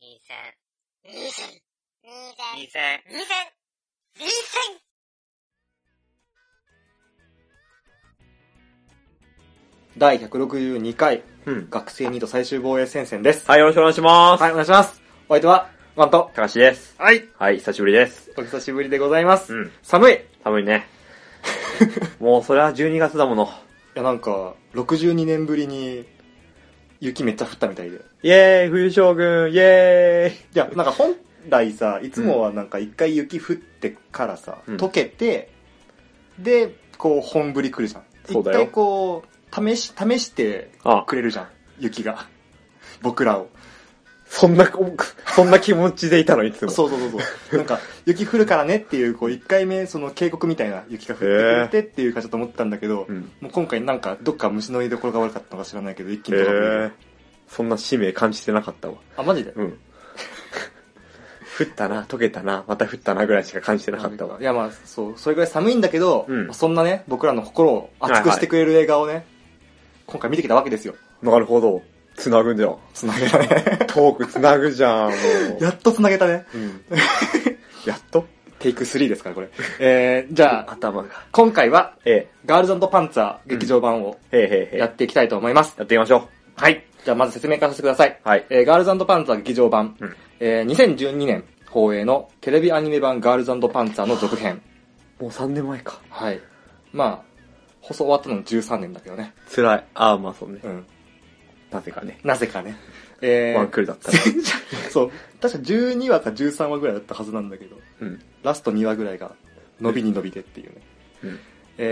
二千。二千。二千。二千。二千。二千。第162回、うん。学生ニート最終防衛戦線です。はい、よろしくお願いします。はい、お願いします。お相手は、ワンと、高橋です。はい。はい、久しぶりです。お久しぶりでございます。うん。寒いい寒い ね。もうそれは12月だもの。や、なんか、62年ぶりに、雪めっちゃ降ったみたいで。イェーイ、冬将軍、イェーイ。いや、なんか本来さ、いつもはなんか一回雪降ってからさ、うん溶けて、で、こう、本降り来るじゃん。そうだよ一回こう、試し、試してあ、くれるじゃん。雪が。僕らを。そんな、そんな気持ちでいたの、いつも。そうそうそうそ う。なんか、雪降るからねっていう、こう、一回目、その警告みたいな雪が降ってくれてっていうかちょっと思ったんだけど、うん。もう今回なんか、どっか虫の居所が悪かったのか知らないけど、一気えにドカ降りーで、そんな使命感じてなかったわ。あ、マジでうん。 降ったな、溶けたな、また降ったなぐらいしか感じてなかったわい。やまあ、そう、それぐらい寒いんだけど、うんそんなね、僕らの心を熱くしてくれる映画をね、今回見てきたわけですよ。なるほど。つなぐんじゃ ん。つなげたね。トークつなぐじゃん、もう。やっとつなげたね。うん。やっとテイク3ですから、これ。えー、じゃあ、頭が。今回は、えガールズパンツァー劇場版をえ、へえへえへえ。やっていきたいと思います。やってみましょはい。じゃあまず説明からさせてください。う。はい。えーガールズパンツァー劇場版、うんえー2012年放映のテレビアニメ版ガールズパンツァーの続編。もう3年前か。はい。まあ、放送終わったの13年だけどね。辛い。ああ、まあそうね。うん。なぜかね。なぜかね。 えー、ワンクールだったら。 そう。確か12話か13話ぐらいだったはずなんだけど、うん。ラスト2話ぐらいが伸びに伸びてっていうね。うん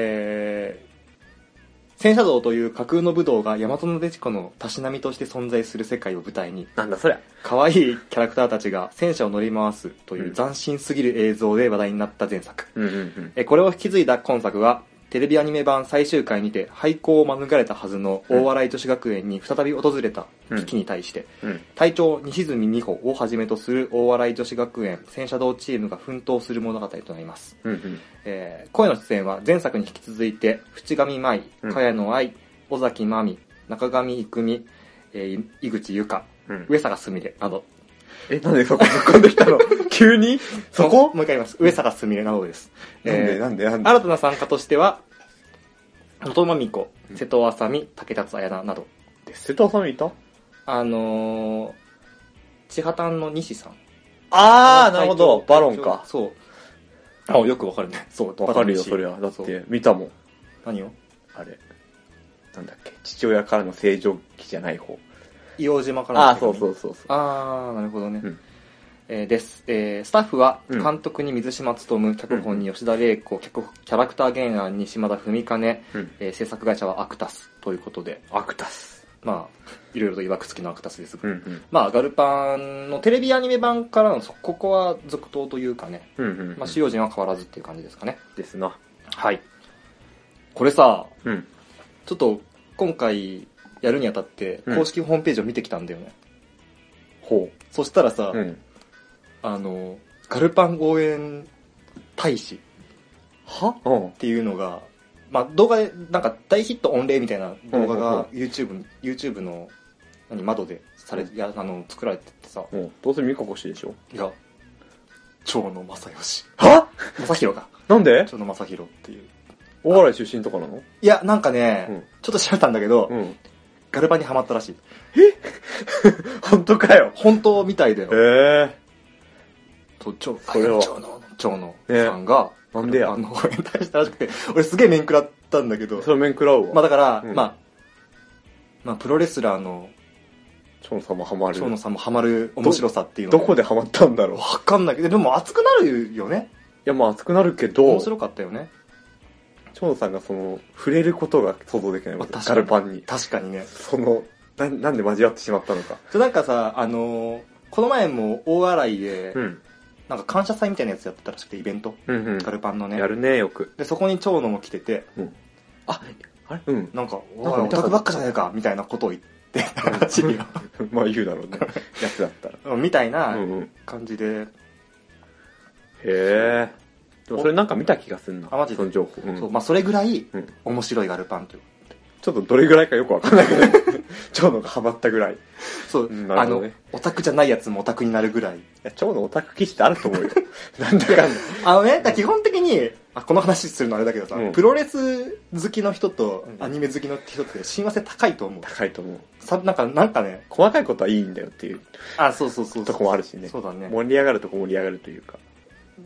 えー、戦車道という架空の武道が大和のでちこのたしなみとして存在する世界を舞台に、なんだそりゃ。可愛いキャラクターたちが戦車を乗り回すといううん斬新すぎる映像で話題になった前作。うんうんうん。えーこれを引き継いだ今作は、テレビアニメ版最終回にて廃校を免れたはずの大笑女子学園に再び訪れた危機に対して、うん。隊長西住美穂をはじめとする大洗女子学園戦車道チームが奮闘する物語となります、うんうん。えー声の出演は前作に引き続いて淵上舞うん茅野愛尾崎真美中上育美、えー井口由香うん、上坂すみれなどえ、なんでそこ突っ込んでき たの急にそもこう一回言います上坂すみれなどです、なんでえーなんでなんで新たな参加としては野戸真美子瀬戸麻美竹立彩菜など瀬戸さんいたあのー、千葉丹の西さんああ、なるほど。バロンか。そう。あ、よくわかるね。そう、わかるよ、しそれは。だっそうて、見たもん。何をあれ。なんだっけ。父親からの正常期じゃない方。硫黄島から。ああ、そうそううそうそう。あー、なるほどね。うんえーです、えースタッフはうん監督に水島努脚本に吉田玲子、脚本キャラクター原案に島田文兼、うんえー制作会社はアクタスということでアクタス。まあいろいろといわくつきのアクタスですが、うんうん。まあガルパンのテレビアニメ版からのそここは続投というかね、うんうん、うん。まあ、使用陣は変わらずっていう感じですかね、ですな。はいこれさうん。ちょっと今回やるにあたってうん公式ホームページを見てきたんだよね、ほそしたらさ、う。うん。あのガルパン応援大使っはうん。ていうのが、まあ、動画でなんか大ヒット御礼みたいな動画うんうんうんが YouTube, に YouTube の何窓でされ、うやあの作られててさうん。どうせミカコ氏でしょいや蝶野正義は正弘かなんで蝶野正弘っていう大笑い出身とかなのいやなんかね、うんちょっと調べたんだけど、うん。ガルパンにハマったらしい本当かよ。本当みたいだよえと、長それは長野、長野さんが、なんでやあの、応援対したらしくて、俺すげえ面食らったんだけえど、それ面食らうわ。まあだから、うんまあ、まあプロレスラーの蝶野さんもハマる。長野さんもハマる面白さっていうのどこででハマったんだろう。いわかんないけど、でも熱くなるよね。や、まあ熱くなるけど面、白かったよね。蝶野さんがその、触れることが想像できないわけまあ確かガにルパンに。確かにね。その、ななんで交わってしまったのか。じゃなんかさ、あのーこの前も大洗で、うん。なんか感謝祭みたいなやつやってたらしくて、イベント。うんうん。ガルパンのねや。るね、よく。で、そこに長野も来てて、あれうん。なんか、おなんい、かオ見たタクばっかじゃないか、みたいなことを言ってたらしいよ。まあ言うだろうね。やつだったら。 うんみたいなうんうん。へ感じで、え。でもそれなんか見た気がすんな。あマジでその情報。うんそうまあ、それぐらいうん面白いガルパンという。ちょっとどれぐらいかよくわかんないけど、 蝶野がハマったぐらい。いそう、うんなあるほどのねオタクじゃないやつもオタクになるぐらいや、蝶野オタク騎士ってあると思 うよ。なんだかんだ。あのね、だから基本的に、あ、この話するのあれだけどさ、うんプロレス好きの人とうんアニメ好きの人って親和性高いと思う。高いと思う。さ、なんか、なんかね、細かいことはいいんだよっていうあ、そうそうそうそうとこもあるしね。そうだね。盛り上がるとこ盛り上がるというか。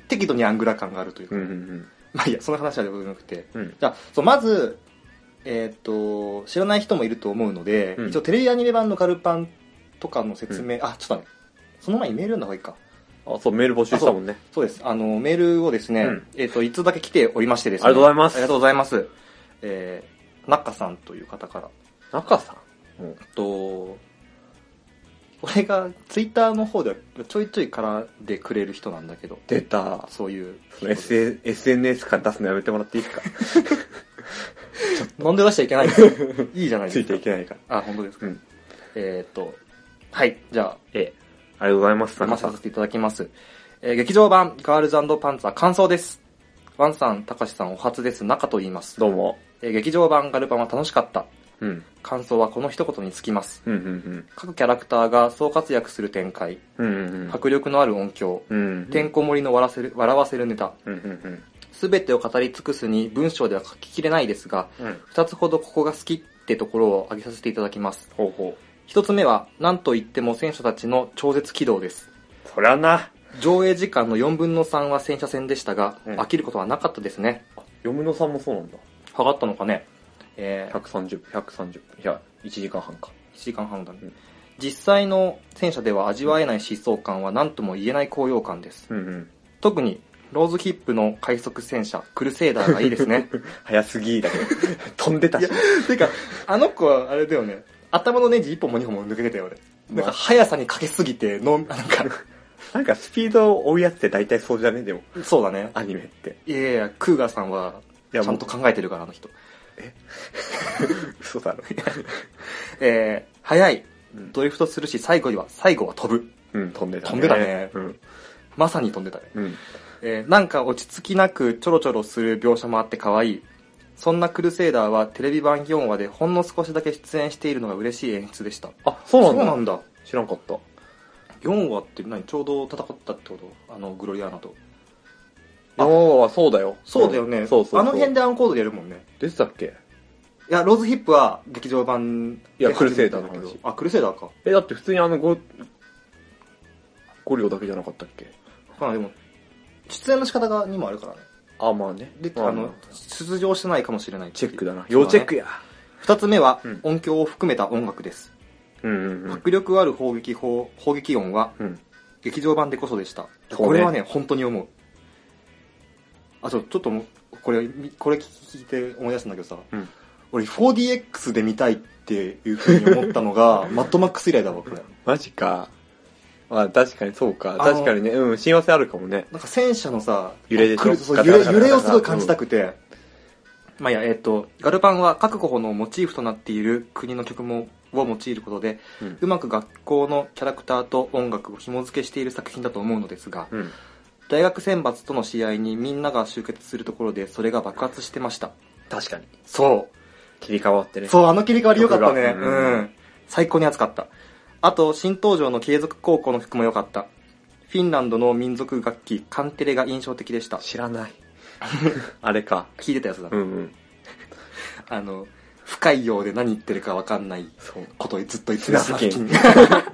適度にアングラ感があるというか。うんうんまあいいや、その話はどうでもよくて。うん。うん。じゃあ、そう、まず、えっ、と、知らない人もいると思うので、うん一応テレビアニメ版のガルパンとかの説明、あ、ちょっとね、その前にメール読んだ方がいいか。あ、そう、メール募集したもんね。そうです。あの、メールをですね、うんえっ、と、いつだけ来ておりましてですね。ありがとうございますありがとうございます。えー、ナッカさんという方から。中さんえっと、これがツイッターの方ではちょいちょい絡んでくれる人なんだけど、出た。そういう。その SA SNS 感出すのやめてもらっていいですか飲んで出しちゃいけないんですよ いいじゃないつでいすかてい。けないから。あ、本当ですか。うんえーっと、はい。じゃあ、ええ。ありがとうございます、読ま中せささん。せていただきます。えー劇場版、ガールズパンツァー感想です。ワンさん、たかしさん、お初です。中と言います。どうも。えー劇場版ガルパンは楽しかった。うん。感想はこの一言につきます。うんうん各キャラクターが総活躍する展開、うん。うんうん迫力のある音響、うん。うん。てんこ盛りの笑わせる笑わせるネタ、うんうんすべてを語り尽くすに文章では書ききれないですが、うん。うん。二つほどここが好きってところを挙げさせていただきます。ほうほ一つ目は、なんといっても戦車たちの超絶機動です。う。そりゃな。上映時間の4分の3は戦車戦でしたが、うん飽きることはなかったですね。読むのさんもそうなんだ。はかったのかね。えー、1 130、130、いや、1時間半か。時間半だねうん実際の戦車では味わえない疾走感は何とも言えない高揚感です。うんうん。特に、ローズヒップの快速戦車、クルセイダーがいいですね。早すぎだけど、飛んでたし。 てか、あの子はあれだよね、頭のネジ1本も2本も抜けてたよ、俺。なんまかあ速さにかけすぎて、の、 なんか、なんかスピードを追うやつって大体そうじゃねでも、そうだね。アニメって。いやいやいや、クーガーさんは、いちやゃんと考えてるから、あの人。嘘だろ。えー、速い。うんドリフトするし、最後には、最後は飛ぶ。うん、飛んでた、飛んでたねうん。まさに飛んでたね。うん。えー、なんか落ち着きなくちょろちょろする描写もあって可愛い。そんなクルセイダーはテレビ版4話でほんの少しだけ出演しているのが嬉しい演出でした。あ、そうなんだ。だ。知らんかった。 4話って何ちょうど戦ったってことあの、グロリアーナと。あああ、そうだよ。そうだよね。んそうそうそう。あの辺で。でアンコードでやるもんね。出てたっけいや、ローズヒップは劇場版いやクルセイダーの話初めてだけどあ、クルセイダーか。え、だって普通にあのゴ、ゴリオだけじゃなかったっけまあでも、出演の仕方がにもあるからね。あ、まあね。で、まあの、出場してないかもしれないチェックだな。そう要チェックや。二つ目はうん音響を含めた音楽です。うんうんうん。迫力ある砲撃砲、砲撃音はうん。劇場版でこそでした。そうねこれはね、本当に思う。あ、ちょ、ちょっともう、これ、みこれ聞いて思い出したんだけどさ、うん俺 4DX で見たいっていうふうに思ったの が、マッドマックス以来だわ、これ。マジか。まあ確かにそうか。の確かにね。うん、親和性あるかもね。なんか戦車のさ、揺れでしょ来るそうガタ揺ガれタガタガタ揺れをすごい感じたくて、まあいいや、えっ、と、ガルパンは各国のモチーフとなっている国の曲もを用いることで、ううんまく学校のキャラクターと音楽を紐付けしている作品だと思うのですが、うん。大学選抜との試合にみんなが集結するところでそれが爆発してました。確かに。そ切り替わってう。ね。そう、あの切り替わり良かったね。曲うがうんん、最高に熱かった。あと、新登場の継続高校の曲も良かった。フィンランドの民族楽器、カンテレが印象的でした。知ら ない。あれか。聞いてたやつだ。うんうん。あの、深いようで何言ってるか分かんないそう。ことをずっと言って砂た。付近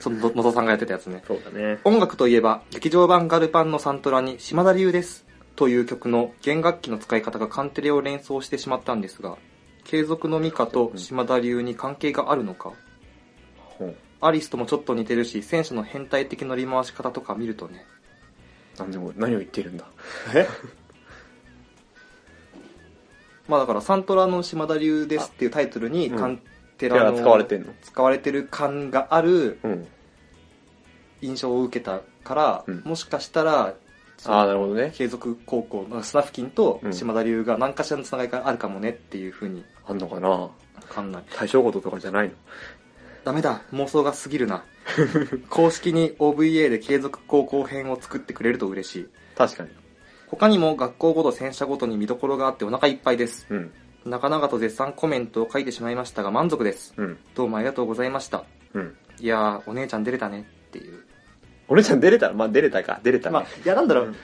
その、のぞさんがやってたやつね。そうだね。音楽といえば、劇場版ガルパンのサントラに、島田流です。という曲の弦楽器の使い方がカンテレを連想してしまったんですが、継続のミカと島田流に関係があるのかほう。アリスともちょっと似てるし、戦車の変態的乗り回し方とか見るとね。何でも、何を言ってるんだ。えまあだから、サントラの島田流ですっていうタイトルに、うんカンテいや、ラの、使われてんの。使われてる感がある うん。印象を受けたから、うんもしかしたら、ああ、なるほどね。継続高校のスナフキンとうん島田流が何かしらのつながりがあるかもねっていうふうにあんのかなわかんない。対象事とかじゃないの。ダメだ、妄想が過ぎる な。公式に OVA で継続高校編を作ってくれると嬉しい。確かに。他にも学校ごと戦車ごとに見どころがあってお腹いっぱいです。うん。長々と絶賛コメントを書いてしまいましたが満足です。うん。どうもありがとうございました。うん。いやー、お姉ちゃん出れたねっていう。お姉ちゃん出れたまあ出れたか。出れたね。まあ、いや、なんだろう。うん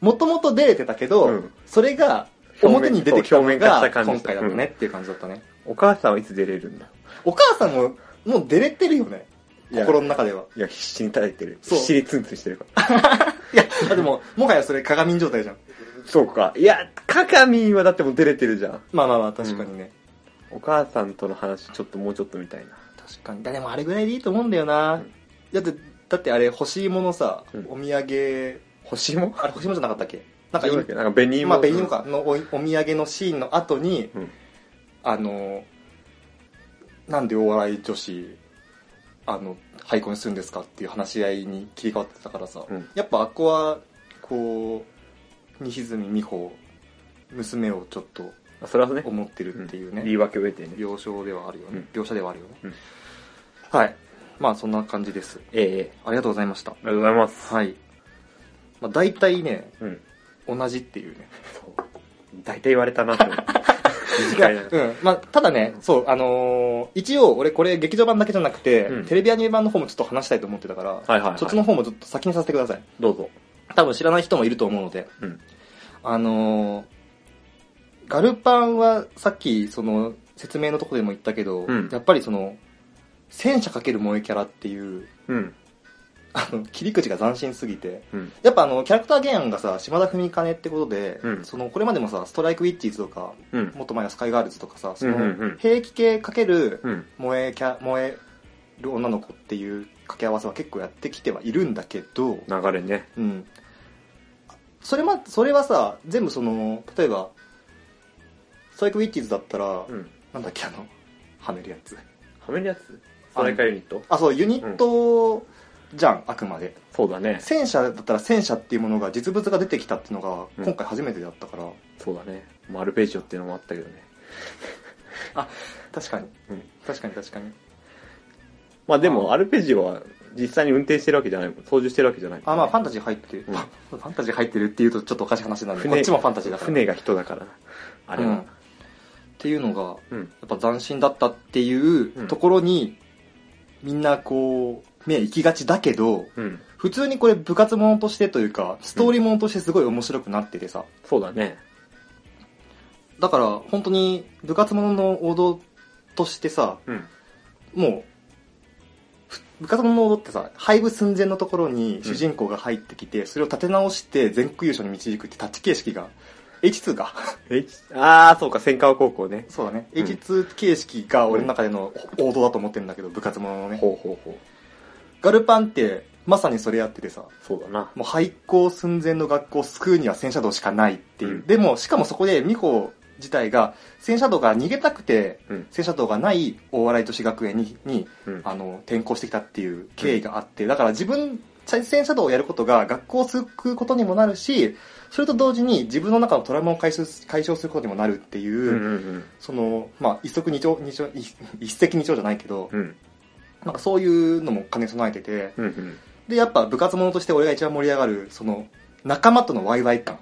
もともと出れてたけど、うんそれが、表面表に出てきたの表面化がした感じ今回だったねっていう感じだったね。お母さんはいつ出れるんだお母さんも、もう出れてるよね。いや心の中では。いや、必死に耐えてる。そう必死にツンツンしてるから。いや、あでも、もはやそれ鏡状態じゃん。そうか。いや、かかみんはだってもう出れてるじゃん。まあまあまあ、確かにね。お母さんとの話、ちょっともうちょっとみたいな。確かに。だでもあれぐらいでいいと思うんだよな。うんだって、だってあれ欲しいものさ、うんお土産、星もあれ欲しいものじゃなかったっけなんかなんか、なんか紅芋。今、ベニモ。かのおお土産のシーンの後に、うんあの、なんでお笑い女子、あの、廃校にするんですかっていう話し合いに切り替わってたからさ、うんやっぱあっこは、こう、西住美穂、娘をちょっとあそれはね、思ってるっていうね、言い訳を得てね。描写ではあるよね、描写ではあるよね、うんはいまあそんな感じですええ。ありがとうございましたありがとうございます。はい、まあ、大体ねうん。同じっていうねそう。大体言われた なと思って。 いや短いな。うんまあ、ただね、そう、あのー一応、俺、これ、劇場版だけじゃなくて、うんテレビアニメ版の方もちょっと話したいと思ってたから、はいはいはいそっちの方もちょっと先にさせてください。どうぞ。多分知らない人もいると思うので、うん。あのーガルパンは、さっき、その、説明のとこでも言ったけど、うんやっぱりその、戦車かける萌えキャラっていう、うん。あの、切り口が斬新すぎて、うん。やっぱあの、キャラクター原案がさ、島田文兼ってことで、うんその、これまでもさ、ストライクウィッチーズとか、うん。もっと前はスカイガールズとかさ、そうんうんうのん、兵器系かけるうん。萌えキャ、萌える女の子っていう掛け合わせは結構やってきてはいるんだけど、流れね。うん。それま、それはさ、全部その、例えば、ストライクウィッチーズだったら、うん。なんだっけあの、はめるやつ。はめるやつストライカーユニットあ、そう、ユニットじゃん、あくまで。そうだね。戦車だったら戦車っていうものが実物が出てきたっていうのうがん今回初めてだったから、そうだね。マルペジオっていうのもあったけどね。確かにうん。確かに確かにまあでも、アルペジオは実際に運転してるわけじゃないもん。操縦してるわけじゃないもんね、あまあファンタジー入ってる、うんファンタジー入ってるっていうとちょっとおかしい話なんでこっちもファンタジーだから船が人だからな。あれうんはっ。ていうのがやうん。っぱ斬新だったっていうところに、みんなこう目行きがちだけどうん。普通にこれ部活ものとしてというかストーリーものとしてすごい面白くなっててさそうだね。だから本当に部活ものの王道としてさ、うん。もう、ふ部活の王道ってさ、廃部寸前のところに主人公が入ってきて、それを立て直して全国優勝に導くってタッチ形式が、H2 か。 H、あー、そうか、千川高校ね。そうだね。うん H2 形式が俺の中での王道だと思ってるんだけど、部活もののね。ほうほうほう。ガルパンって、まさにそれやっててさ、そうだな。もう廃校寸前の学校を救うには戦車道しかないっていう。うんでも、しかもそこで美穂自体が、戦車道から逃げたくて、うん。戦車道がない大洗都市学園ににうん。あの、転校してきたっていう経緯があって、だから自分、戦車道をやることが学校を救うことにもなるし、それと同時に自分の中のトラウマを解消す解消することにもなるっていう、うんうんその、まあ、一足二鳥、二鳥一一石二鳥じゃないけど、うん。うん。なんかそういうのも兼ね備えてて、うんうん。で、やっぱ部活者として俺が一番盛り上がる、その、仲間とのワイワイ感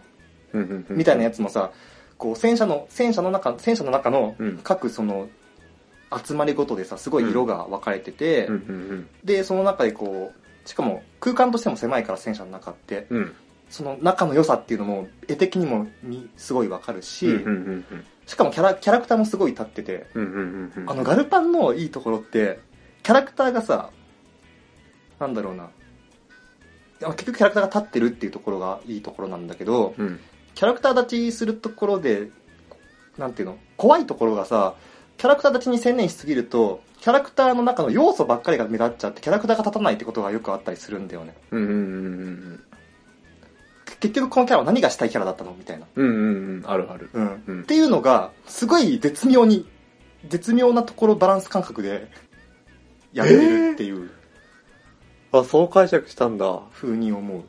うんうんうん。みたいなやつもさ、こう、戦車の、戦車の中、戦車の中のうん各その、集まりごとでさ、すごい色が分かれてて、うんうんでその中でこうしかも空間としても狭いから戦車の中ってうん。うん。その中の良さっていうのも絵的にもみすごいわかるし、うんうんうんうん。しかもキャラキャラクターもすごい立っててうんうんうんうん。あのガルパンのいいところってキャラクターがさなんだろうなあ結局キャラクターが立ってるっていうところがいいところなんだけどうん。キャラクター立ちするところでなんていうの怖いところがさキャラクター立ちに専念しすぎるとキャラクターの中の要素ばっかりが目立っちゃってキャラクターが立たないってことがよくあったりするんだよねうんうんうんけ結局このキャラは何がしたいキャラだったのみたいな、うん。うんうんうん。あるある。うんうんっていうのがすごい絶妙に絶妙なところバランス感覚でやってるっていうあ、そう解釈したんだ。風に思う、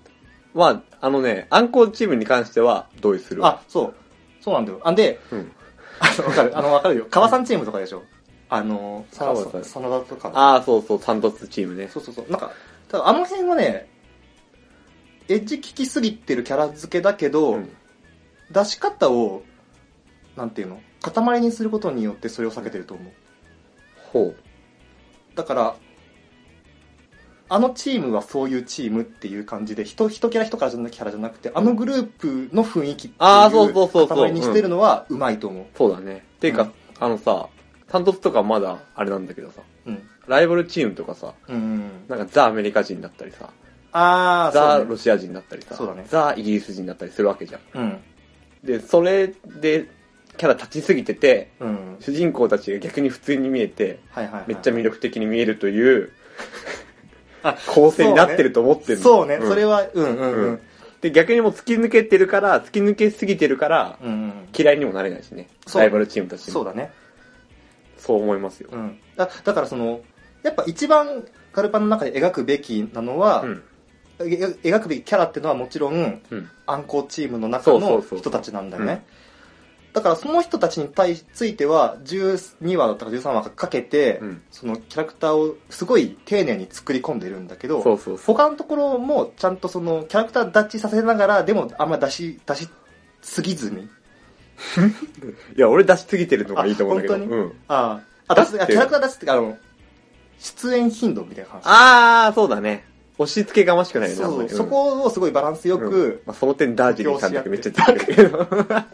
まあ、あのね、アンコールチームに関しては同意するわ。あそうそうなんだよあでうん。あのわかるあのわかるよ川さんチームとかでしょあの川真さん田真田とかああ、そうそう、単独チームね。そうそうそう。なんか、ただあの辺はね、エッジ効きすぎてるキャラ付けだけど、うん出し方を、なんていうの塊にすることによってそれを避けてると思うほだからあのチームはそういうチームっていう感じで一一キャラ一キャラじゃなキャラじゃなくてあのグループの雰囲気っていあーそうそうそううそう塊にしてるのはうまいと思うう。そうだね。ていうか、うんあのさ、単独とかまだあれなんだけどさ、うんライバルチームとかさ、うんなんかザ・アメリカ人だったりさ、ああザ・そうロねシア人だったりさ、そうだねザ・イギリス人だったりするわけじゃん。うんで、それでキャラ立ちすぎてて、うん主人公たちが逆に普通に見えて、はいはい、はい、めっちゃ魅力的に見えるというあ構成になってると思ってるのそうね、んそれはうんうんううんんで、逆にもう突き抜けてるから、突き抜けすぎてるから、うんうん嫌いにもなれないしね。そうライバルチームたちも。そうだねそう思いますよ。うんだだからそのやっぱ一番ガルパンの中で描くべきなのは、うん。え描くべきキャラってのはもちろんうん。暗黒チームの中そうのそうそう人たちなんだよねだからその人たちに対ついては12話とか13話かけて、うん。そのキャラクターをすごい丁寧に作り込んでるんだけどそうそうそう。他のところもちゃんとそのキャラクター立ちさせながらでもあんま出し出しすぎずにいや、俺出しすぎてるのがいいと思うんだけど。あ本当うん。ああだ出ってすあキャラクター出すってかあの出演頻度みたいな話あー、そうだね。押し付けがましくないね。そうあんそまうりそ、こをすごいバランスようんうんく、まあ、その点ダージリンさんだけめっちゃ強いけど。いやダ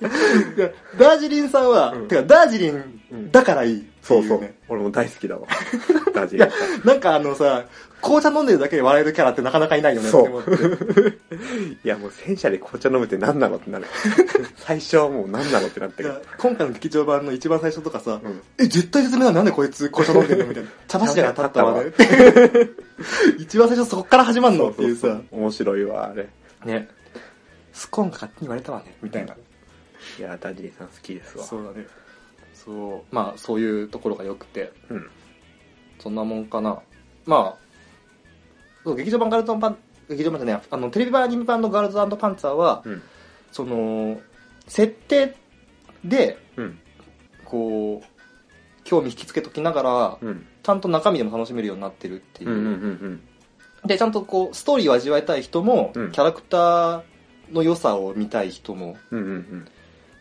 ージリンさんは、うんてかダージリンだからいいってい、そううねそう。俺も大好きだわ。ダージリンさなんかあのさ紅茶飲んでるだけで笑えるキャラってなかなかいないよねそうって思ってん。いや、もう戦車で紅茶飲むって何なのって なる。最初はもう何なのってなったけいやど。今回の劇場版の一番最初とかさ、うんえ絶対絶命だなんでこいつ紅茶飲んでるの みたいな茶柱が立ったわね 一番最初そこから始まるのっていうさそうそう面白いわ、あれ。ねスコーンが勝手に言われたわねみたいな、いや、ダージリンさん好きですわ。そうだねそうまあそういうところが良くてうん。そんなもんかな。まあ、そう劇場版ガールズパン、劇場版じゃない、あの、テレビ版アニメ版のガールズパンツァーは、うん。その、設定で、うん。こう、興味引きつけときながら、うん。ちゃんと中身でも楽しめるようになってるっていう。うん。うん。で、ちゃんとこう、ストーリーを味わいたい人も、うんキャラクターの良さを見たい人も、うん。うん。うん。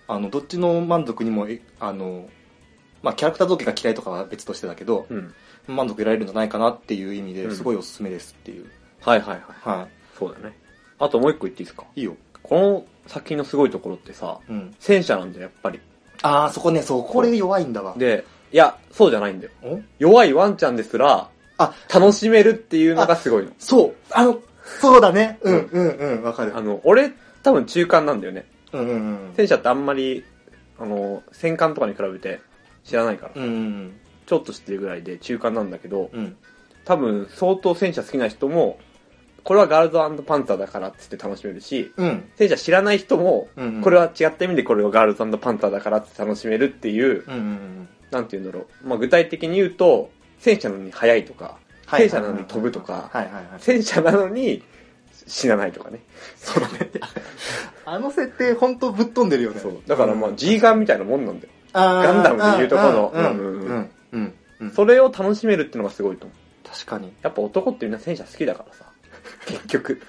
あの、どっちの満足にも、えあの、まあ、キャラクター造形が嫌いとかは別としてだけど、うん。満足得られるんじゃないかなっていう意味でうんすごいおすすめですっていう。はいはいはい。はそうだね。あともう一個言っていいですかい。いいよ。この作品のすごいところってさ、うん。戦車なんだよ、やっぱり。ああ、そこね、そう、これ弱いんだわ。で、いや、そうじゃないんだよ。お弱いワンちゃんですら、あ、楽しめるっていうのがすごいの。そう、あの、そうだね。うん、うん、うん、わかるあ。の、俺、多分中間なんだよね。うん、うん、うん。戦車ってあんまり、あの、戦艦とかに比べて知らないから、うん、うん、ちょっと知ってるぐらいで中間なんだけど、うん。多分相当戦車好きな人も、これはガールズパンツァーだからっつって楽しめるし、うん、戦車知らない人も、うん。これは、は違った意味でこれはガールズパンツァーだからって楽しめるっていう、うん、うん、うん。なんて言うんだろう。まあ具体的に言うと、戦車なのに速いとか、はい戦車なのに飛ぶとか、はい、はい、はい。戦車なのに死なないとかね。そうだね。 あの設定、ほんとぶっ飛んでるよね。そう。だからまあうん G ガンみたいなもんなんだよ。あーガンダムで言うとこのうん、ううんん、うんううんん。うん、うん。それを楽しめるってのがすごいと思う。確かに。やっぱ男ってみんな戦車好きだからさ。結局。かっ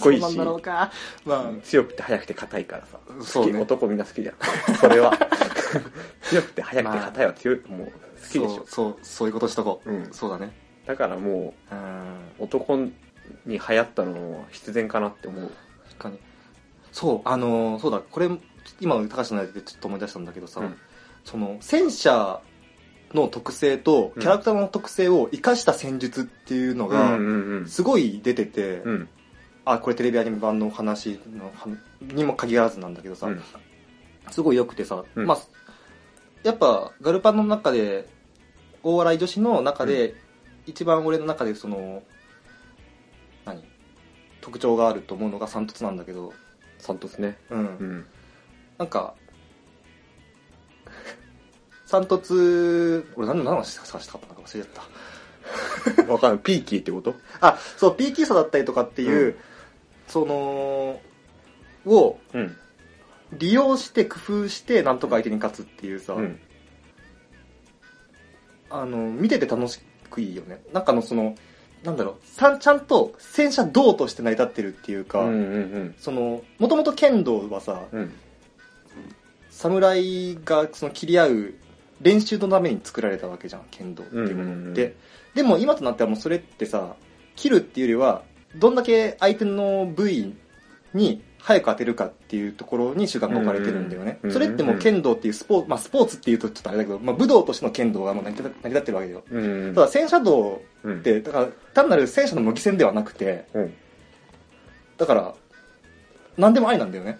こいいそうなんしだ。ろうか。ま強くて速くて硬いからさ。そうね好き男みんな好きじゃん。それは。強くて速くて硬いは強い。もう好あ、きそでしょう、。そう、そういうことしとこう。うんそうだね。だからもうん。う、男に流行ったのは必然かなって思う。確かにそうあのーそうだこれ今の高橋のやつでちょっと思い出したんだけどさ、うんその戦車の特性とうんキャラクターの特性を生かした戦術っていうのがうんすごい出てて、うん。うん。あこれテレビアニメ版の話のはにも限らずなんだけどさ、うんすごい良くてさ、うんまあやっぱガルパンの中で大笑い女子の中で、一番俺の中でその何特徴があると思うのが三突なんだけど、サントスね。うんう、ん。なんか、三突、俺何の何の話探したかったのか忘れちゃっわかんない。ピーキーってことた。あ、そう、ピーキーさだったりとかっていう、うその、をうん。利用して工夫してなんとか相手に勝つっていうさ、うん。あの、見てて楽しくいいよね。なんかあの、その、なんだろう、さんちゃんと戦車道として成り立ってるっていうか、うんうんうん。その、もともと剣道はさ、うん。侍がその切り合う練習のために作られたわけじゃん剣道っていうものって、うんうんうんでも今となってはもうそれってさ切るっていうよりはどんだけ相手の部位に早く当てるかっていうところに主眼が置かれてるんだよね、うんうんそれってもう剣道っていうスポーツ、まあ、スポーツっていうとちょっとあれだけど、まあ、武道としての剣道がもう成り立成り立ってるわけだようんただ戦車道うんっ、てだから単なる戦車の模擬戦ではなくてうん、だから何でもありなんだよね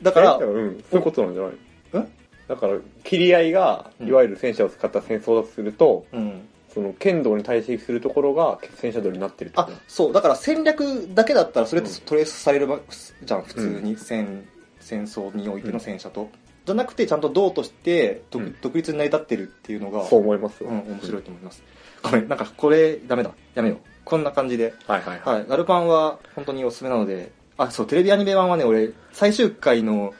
だからえうん、そういうことなんじゃないえだから切り合いがうんいわゆる戦車を使った戦争だとすると、うんその剣道に対してするところが戦車道になってるってこあとそうだから戦略だけだったらそれってうんトレースされるばじゃん普通に戦,、戦争においての戦車と、じゃなくてちゃんと道として独,、うん独立に成り立ってるっていうのがそう思いますうん、面白いと思いますごめんなんかこれダメだやめようこんな感じではいはいはいはいガルパンは本当におすすめなのであそうテレビアニメ版はね俺最終回の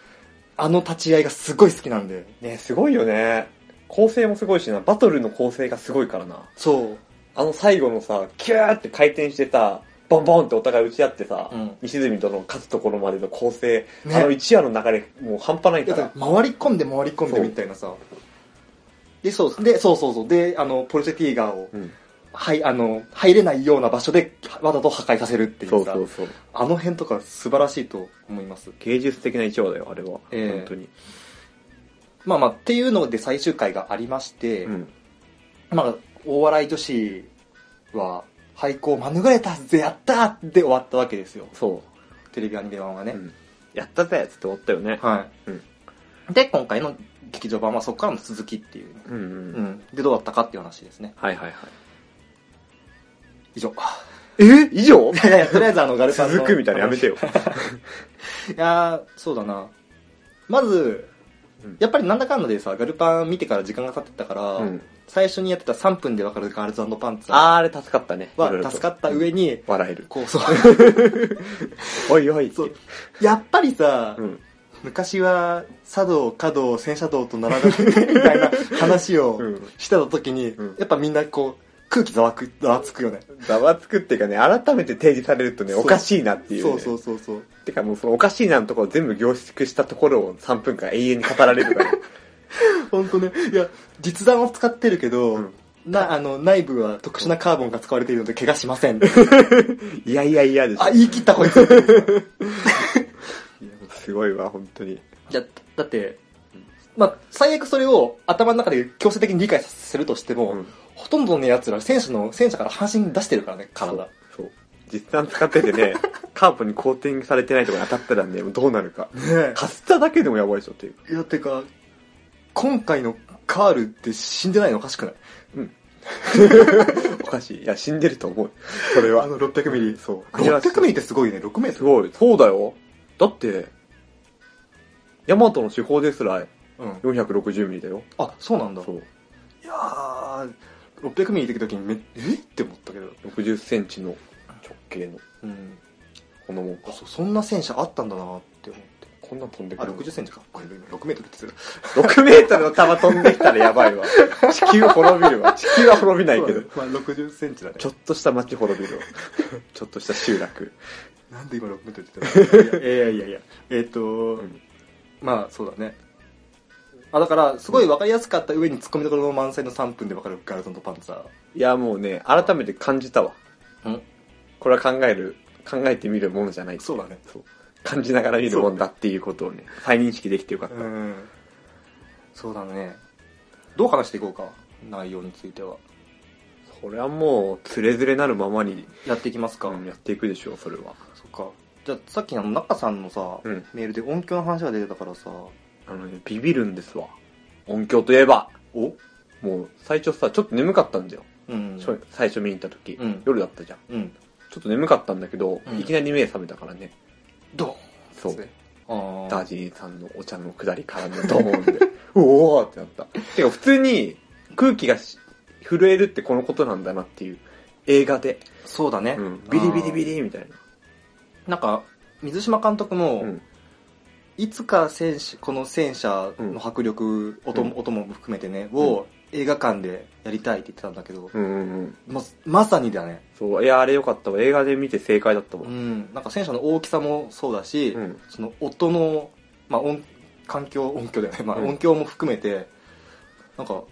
あの立ち合いがすごい好きなんでねすごいよね構成もすごいしなバトルの構成がすごいからなそうあの最後のさキューって回転してさボンボンってお互い打ち合ってさ、うん西住との勝つところまでの構成、ねあの一夜の流れもう半端ないいやだからから回り込んで回り込んでみたいなさでそうでそうそうそうであのポルシェティーガーを、うんはい、あの入れないような場所でわざと破壊させるっていうさそうそうそうあの辺とか素晴らしいと思います芸術的な一話だよあれは、ええ本当に、まあまあっていうので最終回がありまして、うん、まあ大笑い女子は廃校免れたぜやったーで終わったわけですよそうテレビアニメ版はね、うんやったぜっつって終わったよね。はい、うんで今回の劇場版はそこからの続きっていうね、うんう。うんん、でどうだったかっていう話ですねはいはいはい。以 上え以上いやいや、とりあえずあの、ガルパンの。 続くみたいなやめてよ。いやーそうだな。まずうん、やっぱりなんだかんだでさ、ガルパン見てから時間が経ってたから、うん最初にやってた3分でわかるガールズパンツァ あーあれ助かったね。いろいろはと助かった上に、笑える。こう、そう、おいおいって。そう やっぱりさ、うん。昔は、茶道、華道、戦車道と並べて、みたいな話を うんしてた時に、うんやっぱみんなこう、空気ざわく、ざわつくよね。ざわつくっていうかね、改めて提示されるとね、そうおかしいなっていう、ね。そうそうそうそう。てかもうそのおかしいなのところを全部凝縮したところを3分間永遠に語られるから。本当ね。いや、実弾を使ってるけど、うんな、あの、内部は特殊なカーボンが使われているので怪我しません。 いやいやいやでしょ。あ、言い切った こいつ。いやもうすごいわ、本当に。だだって、まあ、最悪それを頭の中で強制的に理解させるとしても、うんほとんどの奴ら、戦車の、戦車から半身出してるからね、体。そう。そう実弾使ってて ね、カープにコーティングされてないところに当たったらね、もうどうなるか。ねかすっただけでもやばいでしょっていう。え。いや、てか、今回のカールって死んでないのおかしくないおかしい。いや、死んでると思う。それあは。の600ミリ。そう。 600ミリってすごいね、6名すごい。そうだよ。だって、ヤマトの手法ですらうん。 460ミリだよ。あ、そうなんだ。そう。いやー、600ミリって時にめ、えって思ったけど。 60センチの直径の、うん。このもんかあ。そうそんな戦車あったんだなって思ってこんなん飛んであくる。 60センチかこれ今6メートルってする6メートルの弾飛んできたらや ばいわ。地球滅びるわ。地球は滅びないけど。まあ60セン チだねちょっとした町滅びるわ。 ちょっとした集落。なんで今6メートルって言ったのいやいやいやいやえっ、と、んまあそうだねあだからすごい分かりやすかった上にツッコミどころ満載の3分で分かるガルトンとパンツァいや、もうね、改めて感じたわ。ーんこれは考える、考えてみるものじゃない。そうだねそう。感じながら見るもんだっていうことをね、再認識できてよかった。うんそうだねどう話していこうか内容についてはそれはもう、つれづれなるままに、やっていきますか、うんやっていくでしょう、それは。そっかじゃあさっきの中さんのさ、うんメールで音響の話が出てたからさあのね、ビビるんですわ。音響といえば、おもう、最初さ、ちょっと眠かったんだよ。うんしょ最初見に行った時、うん夜だったじゃん。うんちょっと眠かったんだけど、うんいきなり目覚めたからね。ドーンそう。あダージリンさんのお茶の下りからのドーン で、おおーってなった。てか、普通に、空気がし震えるってこのことなんだなっていう、映画で。そうだね、うんビリビリビリみたいな。なんか水島監督も、うんいつか戦士この戦車の迫力、音も音も含めてね、を映画館でやりたいって言ってたんだけど、うんうんうん。ままさにだねそう、いや、あれよかったわ。映画で見て正解だったわう。んなんか戦車の大きさもそうだし、うんその音の、まあ、音環境音響だよね、まあ、うん音響も含めてなんか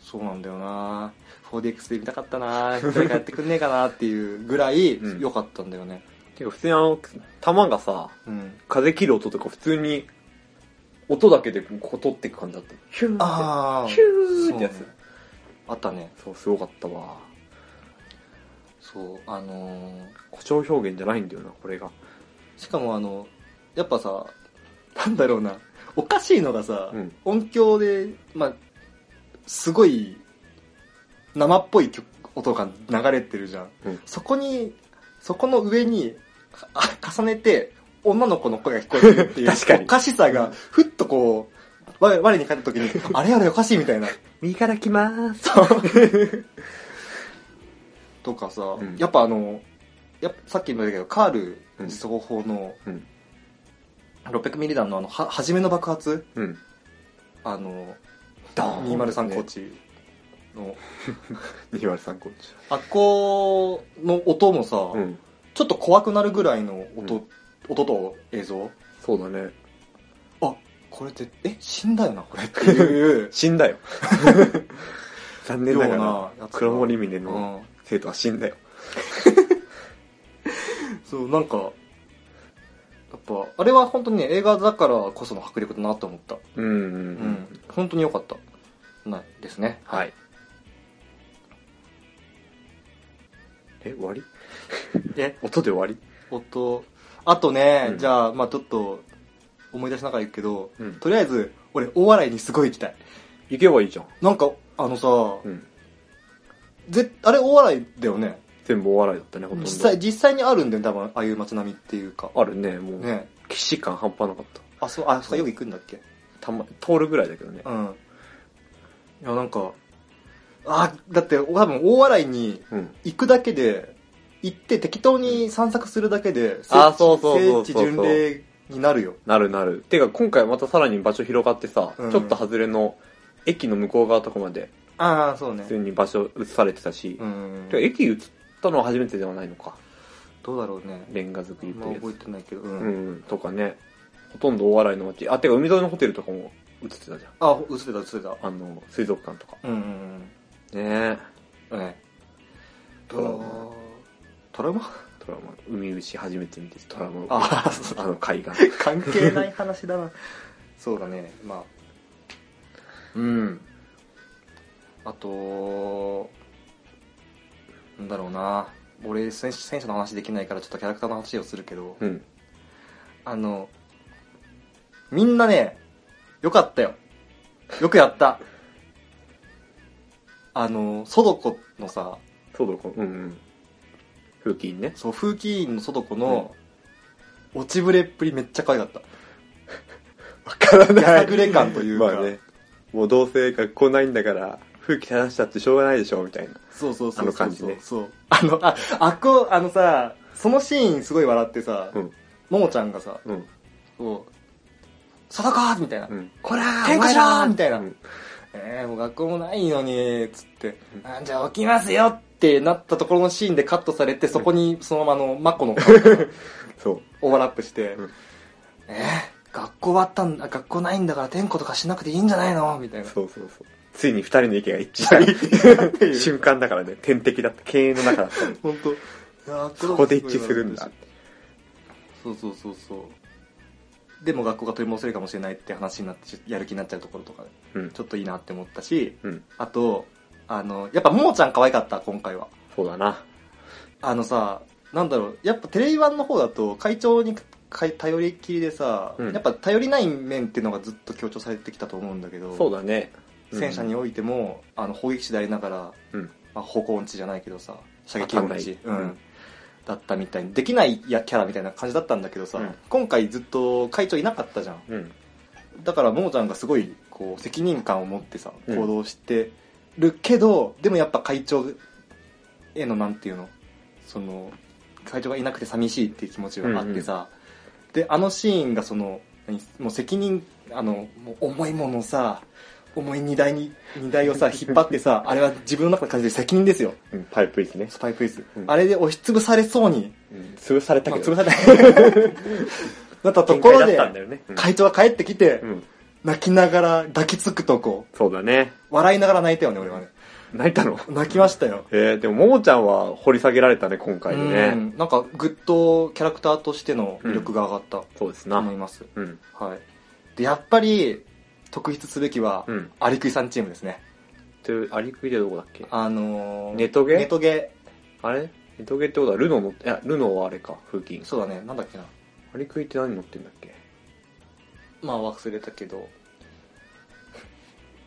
そうなんだよな 4DX で見たかったな誰かやってくんねえかなっていうぐらいうん良かったんだよねてか普通にあの弾がさうん、風切る音とか普通に音だけでこう取っていく感じだったヒューってああヒューってやそつうねあったねそうすごかったわそうあのー誇張表現じゃないんだよなこれがしかもあのやっぱさなんだろうなおかしいのがさ、うん音響でまあすごい生っぽい曲音が流れてるじゃん、うんそこにそこの上にあ重ねて女の子の声が聞こえてるっていう 確かにおかしさがふっとこう我我に返った時にあれあれおかしいみたいな右から来まーすとかさ、うんやっぱあのやっぱさっきも言ったけどカールうん自走砲の うん600ミリ弾のあのは初めの爆発、うんあの、ドーン203コーチの、 203コーチあっこの音もさ、うんちょっと怖くなるぐらいの音、うん音と映像そうだね。あ、これって、え、死んだよな、これっていう死んだよ残念な がよらうなやつが黒森峰うのん。生徒は死んだよそう、なんか、やっぱ、あれは本当にね、映画だからこその迫力だなと思った。うんうんううんん。本当に良かった。ないですね。はいえ終わりで、音で終わり音、あとね、うんじゃあ、まあちょっと、思い出しながら言うけど、うんとりあえず、俺、大洗にすごい行きたい。行けばいいじゃんなんか、あのさ、うんぜあれ大笑いだよね。全部お笑いだったねほとんど実際、実際にあるんだよ、多分、ああいう街並みっていうか。あるねもうね。騎士感半端なかったあ、そう、あ、そうか、よく行くんだっけたま通るぐらいだけどねうん。いや、なんか、あ、だって、多分、大笑いにうん行くだけで、行って適当に散策するだけで、あ聖地そうそうそうそうそう聖地巡礼になるよ。なるなるてか今回またさらに場所広がってさ、うんちょっと外れの駅の向こう側とかまでああ、そうね普。通に場所移されてたし、うんてか。駅移ったのは初めてではないのかどうだろうね。レンガ造ありんとまいうやつ覚えてないけど。う。うんんとかねほとんど大洗の街あてか海沿いのホテルとかも映ってたじゃんあ、映ってた、映ってた。あの水族館とかうんうんねえうん。ね。トラウマト ラウマトラウマ海牛初めて見てトラウマああ、そうあの海岸 関係ない話だな。 そうだね、まあ。うん。あと、なんだろうな。俺選手、選手の話できないから、ちょっとキャラクターの話をするけど、うんあの、みんなね、よかったよ。よくやった。あの、ソドコのさ、そうだこうんうん風紀委員ねそう、風紀委員のソドコの、落ちぶれっぷりめっちゃ可愛かった。わからないやさぐれ感というかまあねもうどうせ学校ないんだから風紀正したってしょうがないでしょみたいなそうそうそうそう。あの感じねそう。あの、あ、あっこ、あのさ、そのシーンすごい笑ってさ、うんももちゃんがさ、うんそう、そこーみたいな。うんこらー喧嘩しろーみたいな。うんえー、もう学校もないのに、つって、うんあじゃあ起きますよってなったところのシーンでカットされて、そこにそのままあの、マコの 顔がそうオーバーラップして、うんえー、学校終わったんだ、学校ないんだから点呼とかしなくていいんじゃないのみたいな。そうそうそうついに二人の意見が一致したっていう瞬間だからね天敵だった経営の 中だった本当。いやーそこで一致するんだそうそうそうそうでも学校が取り戻せるかもしれないって話になってやる気になっちゃうところとかねうんちょっといいなって思ったしうんあとあのやっぱももちゃん可愛かった今回はそうだなあのさなんだろうやっぱテレビ版の方だと会長にかい頼りっきりでさ、うんやっぱ頼りない面っていうのがずっと強調されてきたと思うんだけどそうだね戦車においてもあの砲撃手でありながら、うんまあ、方向音痴じゃないけどさ射撃音痴、わかんないうんだったみたいにできないやキャラみたいな感じだったんだけどさ、うん今回ずっと会長いなかったじゃんうんだからももちゃんがすごいこう責任感を持ってさうん行動してるけど、でもやっぱ会長へのなんていうのその会長がいなくて寂しいっていう気持ちがあってさ、であのシーンがその何もう責任あのもう重いものをさ重い荷台に荷台をさ引っ張ってさあれは自分の中の感じで責任ですようんパイプですねスパイクイズ、うんあれで押しつぶされそうに うん潰されたけどまあ潰されなったと展こ開だろっで、たんだよね。うん会長が帰ってきて、うん。泣きながら抱きつくとこ、そうだね。笑いながら泣いたよね、俺はね。泣い たの泣きましたよ。えー、でも、ももちゃんは掘り下げられたね、今回でうね。んなんか、ぐっとキャラクターとしての魅力が上がったそうですとな思。います。うん。はい。で、やっぱり、特筆すべきは、うん。アリクイさんチームですね。という、アリクイでどこだっけあのー、ネトゲネトゲ。あれネトゲってことはルノの、いや、ルノはあれか、風琴。そうだね、なんだっけな。アリクイって何乗ってんだっけまあ忘れたけど、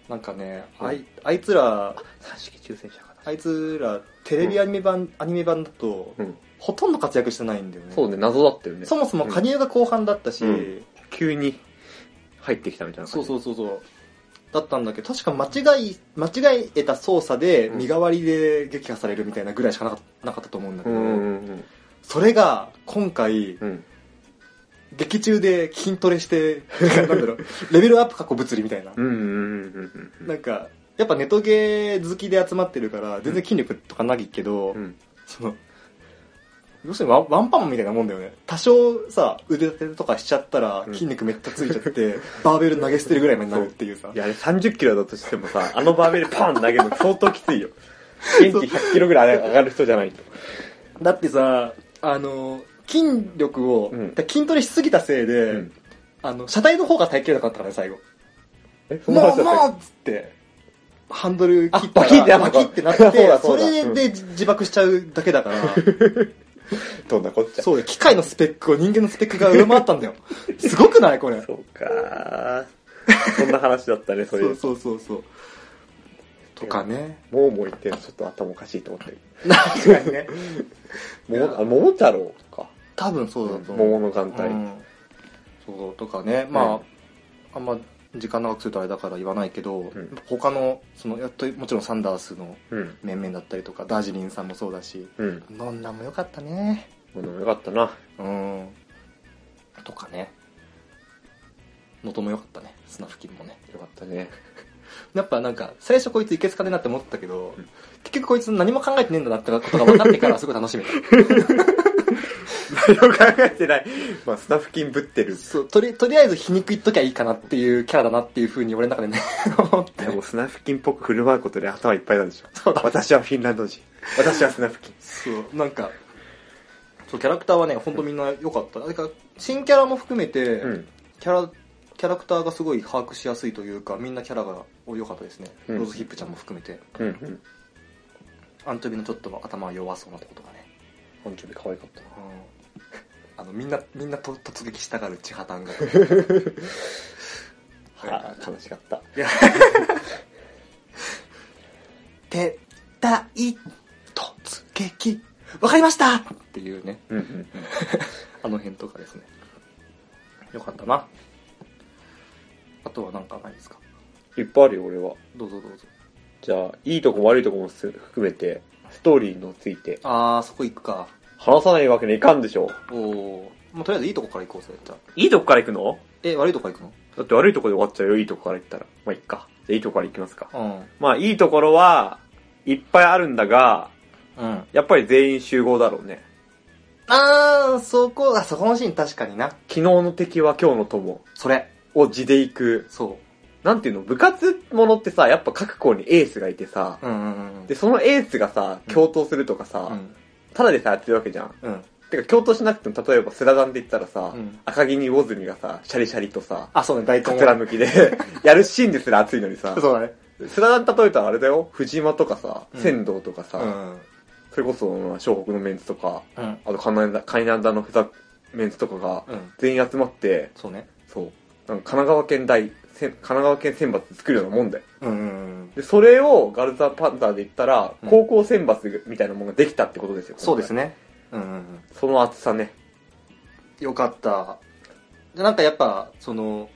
なんかね、うんあいあいつら、三式抽選車かな。あいつら、テレビアニメ版、アニメ版だと、うん。ほとんど活躍してないんだよね。そうね、謎だったよね。そもそも加入が後半だったし、うん急に入ってきたみたいなそ感うじ。そううそうそう。だったんだけど、確か間違い、間違えた操作でうん身代わりで撃破されるみたいなぐらいしかなかったなかったと思うんだけうど、んうんうん。それが今回、うん。劇中で筋トレして、 なんだ ろう、レベルアップ過去物理みたいな。うんうんうんうんうん。なんか、やっぱネトゲー好きで集まってるから、全然筋力とかないけど、うん。その、要するにワンワンパンマンみたいなもんだよね。多少さ、腕立てとかしちゃったらうん筋肉めっちゃついちゃって、 バーベル投げ捨てるぐらいまでなるっていうさい。や、あれ30キロだとしても さ、あのバーベルパン投げるの相当きついよ。現地100キロぐらい上がる人じゃないと。だってさ、あの、筋力を、うんだから筋トレしすぎたせいで、うんあの、車体の方が耐えきれなかったからね、最後。 え、そんなも話うだったっもうっつって、ハンドル切ったあバキッてら、なバったキってなって、 そうだそそうだれで自爆しちゃうだけだから、けどんなこっちゃ。そうよ、機械のスペックを人間のスペックが上回ったんだよ。すごくないこれ。そそうかそんな話だったね、それ。うそうそうそう。とかね。もうもう言ってるのちょっと頭おかしいと思ってる。確かにね。もも、あ、桃太郎か。 多分そうだと思う。桃の眼帯。うんそう、とかね。まあ、うんあんま時間長くするとあれだから言わないけど、ん他の、その、やっと、もちろんサンダースのうん。面々だったりとか、ダージリンさんもそうだし、うん。ノンナも良かったね。ものよかったな。うん。とかね。のとも良かったね。砂付近もね。よかったね。 やっぱなんか、最初こいついけつかねえなって思ったけど、結局こいつ何も考えてねえんだなってことが分かってから すごい楽し めた。 何も考えてない。まあ、スタッフ金ぶって る。そう、とり、とりあえず皮肉言っときゃいいかなっていうキャラだなっていう風に俺の中でね、 思ってで。も、スナフキンっぽく振る舞うことで頭いっぱいなんでしょ。そうだ私はフィンランド人。私はスナフキン。そう、なんか、そう、キャラクターはね、ほんとみんな良かった。だから、新キャラも含めて、うん。キャラ、キャラクターがすごい把握しやすいというか、みんなキャラが良かったですね。うんローズヒップちゃんも含めて。うんうん。アンチョビのちょっと頭は弱そうなとことかね。本当に可愛かったな。あのみんなみんなと突撃したがる千葉丹 がああ、悲しかった。いや撤退突撃わかりましたっていうねうんうん。あの辺とかですねよかったなあとは何かないですかいっぱいあるよ、俺は。どうぞどうぞじゃあ、いいとこも悪いとこもす含めて、ストーリーについて、あーそこ行くか話さないわけにいかんでしょう。おおもうとりあえずいいとこから行こうぜじゃあいいとこから行くのえ悪いとこから行だって悪いとこで終わっちゃうよ、いいとこから行ったら。まあ、いっか。じゃあ、いいとこから行きますか。くのまあ、いいところは、いっぱいあるんだが、うんうんやっぱり全員集合だろうね。あーそこあそこのシーン確かにな昨日の敵は今日の友それを地で行く。そなんていうの、部活ものってさ、やっぱ各校にエースがいてさ、ううんうんうんうんで、そのエースがさ、共闘するとかさ、うんただでさ、やってるわけじゃん。うんてか、共闘しなくても、例えばスラダンで言ったらさ、うん赤城に魚住がさ、シャリシャリとさ、あそうね大カ根ツラ抜きで、 やるシーンですら熱いのにさ、そうだねスラダン例えたらあれだよ、藤間とかさ、うん仙道とかさ、うんそれこそ、まあ湘北のメンツとか、うんあとカナダ、カナダのふざ、メンツとかが、うん全員集まって、そうねそう、なんか神奈川県大、せん神奈川県選抜作るようなもんだよ。うんうんうんで、それをガルザパンザーで言ったら、うん高校選抜みたいなものができたってことですよ。そうですね。ねうんうんうんその厚さね。よかったでなんかやっぱその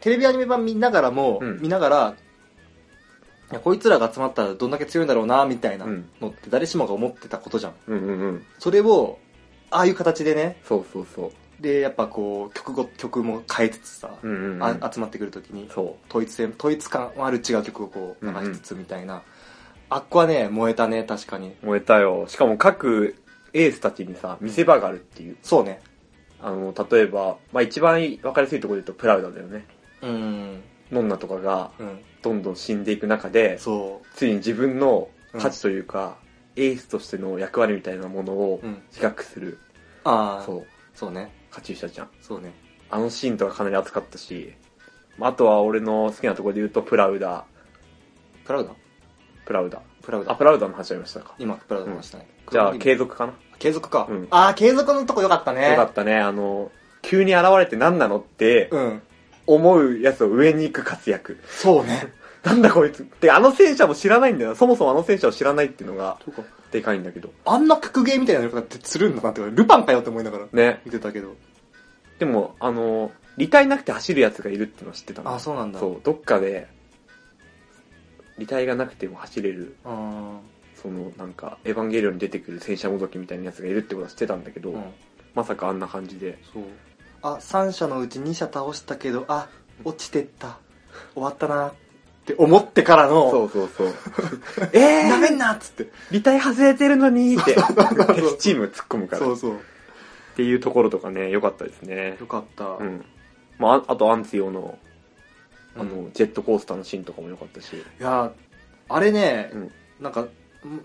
テレビアニメ版見ながらも、うん見ながらいやこいつらが集まったらどんだけ強いんだろうなみたいなうんのって誰しもが思ってたことじゃんうんうんうん。それをああいう形でねそうそうそう。でやっぱこう曲ご曲も変えつつさ、うんうん、うん。あ集まってくるときにそ統一性統一感ある違う曲をこう流しつつみたいな、あっこはね燃えたね確かにう。燃えたよ。しかも各エースたちにさ、見せ場があるっていう。そうねあの、例えば、まあ一番わかりやすいところで言うとプラウダだよね。うん。ノンナとかがうん。どんどん死んでいく中で、そついに自分の価値というか、エースとしての役割みたいなものをう。うん。自覚する、ああ、そそう。う、そうね。カチューシャちゃん。そうね。あのシーンとかかなり熱かったし、まああとは俺の好きなところで言うと、プラウダ、プラウダプラウダ。プラウダあ、プラウダの話ありましたか。今、プラウダ出ましたね。じゃあ、継継続かな。継続か。うんああ、継続のとこよかったね。よかったね。あの、急に現れて何なのってうん。思うやつを上に行く活躍。そうね。なんだこいつって、あの戦車も知らないんだよな。そもそもあの戦車を知らないっていうのが、とかでかいんだけど。あんな格ゲーみたいなやり方ってするんだなって、ルパンかよって思いながらね。見てたけど。でも、あの、履帯なくて走るやつがいるってのは知ってたの。あそうなんだ。。そうう、どっかで、履帯がなくても走れる、あその、なんか、エヴァンゲリオンに出てくる戦車もどきみたいなやつがいるってことは知ってたんだけど、ーうん。まさかあんな感じで、そう。あ、3社のうち2社倒したけど、あ、落ちてった。終わったな。って思ってからの、そうそう そう。えなめーんなっつって。履帯外れてるのにーって、敵チームが突っ込むから。そっうそう。ていうところとかね、良かったですね。よかった。ううんん。まあ、あとアンツ用の、ああの、の、いジェットコースターのシーンとかも良かったし。や、あれね、うんなんか、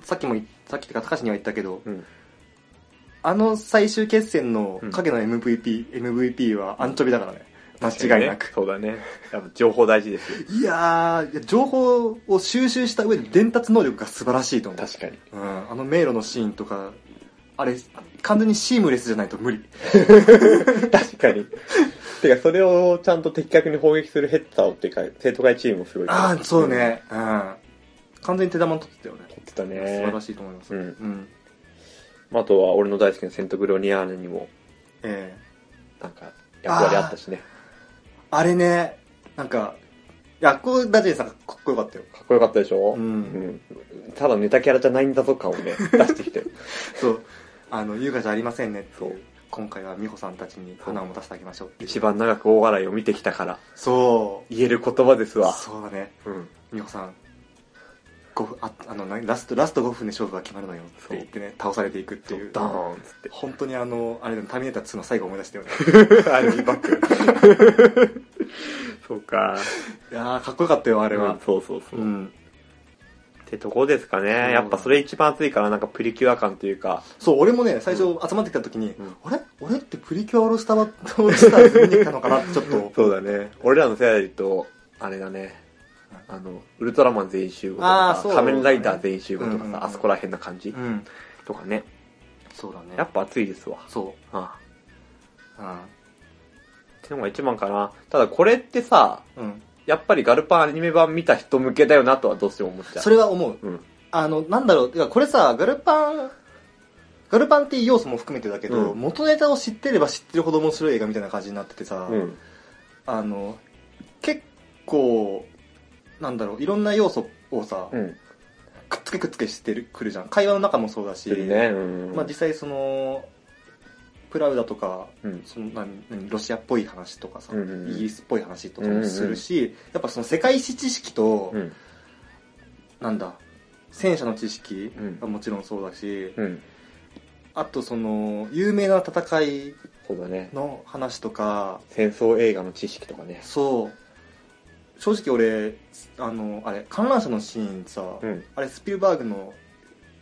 さっきも言っ、さっきってか、高橋には言ったけど、うんあの最終決戦のうん影の MVP、MVP はアンチョビだからね。間違いなく。そうだね。やっぱ情報大事ですよ。いやー、いや情報を収集した上で伝達能力が素晴らしいと思う。確かに。うん、あの迷路のシーンとか、あれ、完全にシームレスじゃないと無理。 確かに。てか、それをちゃんと的確に砲撃するヘッダーをっていうか、生徒会チームもすごい。ああ、そう。ね。うん。完全に手玉取ってたよね。取ってたね。素晴らしいと思います。うん。うん。まああとは、俺の大好きなセントグロニアーネにも、えなんか、役割あったしね。えあれね、なんか、いや、こう、ダジェさんかっこよかったよ。かっこよかったでしょうんうんただネタキャラじゃないんだぞ 感をね、出してきて。そう。あの、優雅じゃありませんねってそう今回は美穂さんたちに花を持たせてあげましょうっていう一番長く大笑いを見てきたから、そう。言える言葉ですわ。そうだね。うん。美穂さん。5分、あ、あの、何ラスト、ラスト5分で勝負が決まるのよって言ってね、倒されていくっていう。ダーンっつって。本当にあの、あれでもターミネーター2の最後思い出したよね。 アルミバック。 そうか。いやー、かっこよかったよ、あそれは。そうそうそうう。っん。てとこですかね。やっぱそれ一番熱いから、なんかプリキュア感というか。そう、俺もね、最初集まってきた時に、うんあれ俺ってプリキュアオールスターバットスターズ見に来たの かなってちょっと。そうだね。俺らの世代で言うと、あれだね。あの、ウルトラマン全員集合とかあー、そう仮面ライダー全員集合うとかんうんうんさ、あそこら辺な感じうん。とかね。そうだね。やっぱ熱いですわ。そああう。うん。ってのが一番かな。ただこれってさ、うん。やっぱりガルパンアニメ版見た人向けだよなとはどうしても思っちゃう。それは思う。うん。あの、なんだろう、いやこれさ、ガルパン、ガルパンっていう要素も含めてだけど、うん元ネタを知ってれば知ってるほど面白い映画みたいな感じになっててさ、うん。あの、結構、なんだろう、いろんな要素をさ、うん。くっつけくっつけしてるくるじゃん会話の中もそうだし、するね。うん。まあ、実際そのプラウダとかうん。その何何ロシアっぽい話とかさ、うんうんうんイギリスっぽい話とかもするし、やっぱその世界史知識と、うん。なんだ戦車の知識うんはもちろんそうだし、うん。あとその有名な戦いそうだね。の話とか戦争映画の知識とかね。そう正直俺あのあれ観覧車のシーンさ、うん。あれスピルバーグの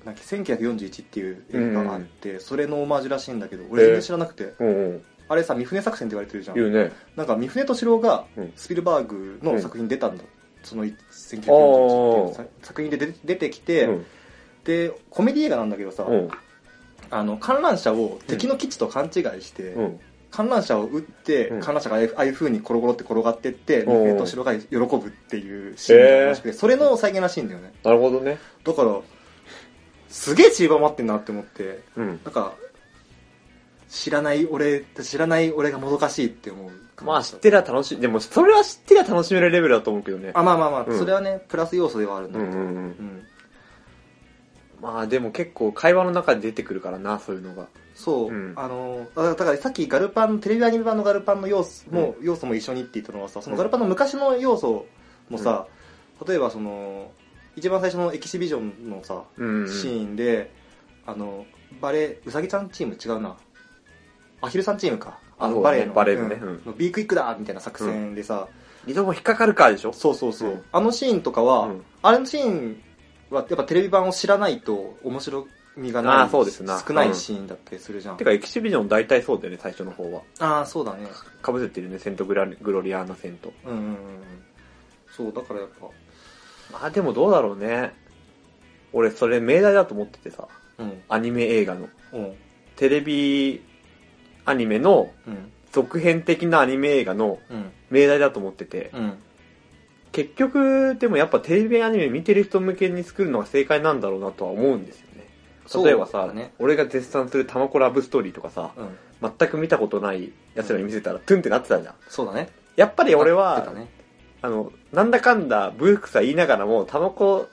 なんか1941っていう映画があって、それのオマージュらしいんだけど俺全然知らなくて、うんうん。あれさ三船作戦って言われてるじゃ言んうね。なんか三船敏郎がうんスピルバーグうのん作品出たんだ、その1941っていうあさ作品で出て出てきて、うん。でコメディ映画なんだけどさ、うん。あの観覧車を敵の基地と勘違いして、うん。観覧車を撃って、うん観覧車がああいうああいう風にコロコロって転がってってん三船敏郎が喜ぶっていうシーンがあるらしくて、それの再現らしいんだよねなるほどね。だから、すげえ散りばまってんなって思って、うん。なんか、知らない俺、知らない俺がもどかしいって思う。まあ知ってりゃ楽しい。でもそれは知ってりゃ楽しめるレベルだと思うけどね。 あ、まあまあまあ、うんそれはね、プラス要素ではあるんうだんけうど。んうん。うんまあでも結構会話の中で出てくるからな、そういうのが。そう、うんあの、だだからさっきガルパン、テレビアニメ版のガルパンの要素も、要素も一緒にって言ったのはさ、そのガルパンの昔の要素もさ、例えばその、一番最初のエキシビジョンのさ、うん。シーンで、あの、バレー、うさぎちゃんチーム違うな。アヒルさんチームか。あそのうバだねレエのバレエのねうんうんのビークイックだみたいな作戦でさ、二度も引っかかるかでしょそうそうそう、うんあのシーンとかは、うんあれのシーンはやっぱテレビ版を知らないと面白みがないあーそうですな少ないシーンだったりするじゃん、てかエキシビジョン大体そうだよね最初の方はああそうだねかぶせてるねセントグラグロリアーナセントうんうんうんうんそうだからやっぱまあでもどうだろうね俺それ命題だと思っててさうんアニメ映画のうんテレビアニメのうん続編的なアニメ映画のうん命題だと思ってて、うん結局でもやっぱテレビアニメ見てる人向けに作るのが正解なんだろうなとは思うんですよね例えばそうさ、だね俺が絶賛する「タマコラブストーリー」とかさうん全く見たことないやつらに見せたらトゥンってなってたじゃんそうだねやっぱり俺なっはて、たねあのなんだかんだブークさ言いながらもタマコ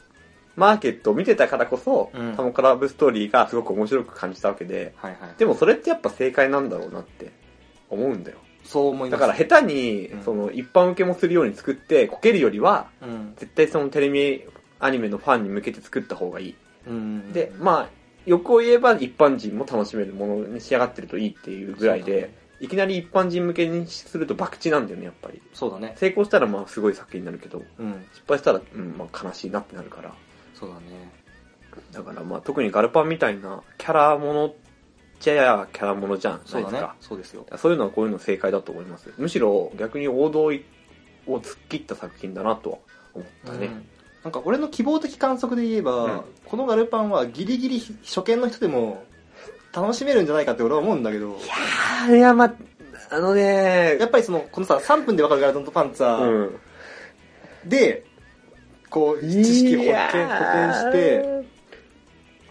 マーケットを見てたからこそ、うんタマコラブストーリーがすごく面白く感じたわけではいはいでもそれってやっぱ正解なんだろうなって思うんだよそう思いまだすから下手に、うんその一般受けもするように作ってこけるよりはうん絶対そのテレビアニメのファンに向けて作った方がいい、うんうんでまあ欲を言えば一般人も楽しめるものに仕上がってるといいっていうぐらいで、いきなり一般人向けにすると博打なんだよねやっぱりそうだね成功したらまあすごい作品になるけどそうだねうん失敗したら、うんまあ、悲しいなってなるからそうだねだからまあ特にガルパンみたいなキャラものじゃキャラものじゃんそうだなねいですかそうですよそういうのはこういうの正解だと思いますむしろ逆に王道を突っ切った作品だなとは思ったね、うんなんか俺の希望的観測で言えば、うんこのガルパンはギリギリ初見の人でも楽しめるんじゃないかって俺は思うんだけどあれはまあのねやっぱりそのこのさ3分でわかるガルドンとパンツァーうん、で、こう知識補填いや補填ーして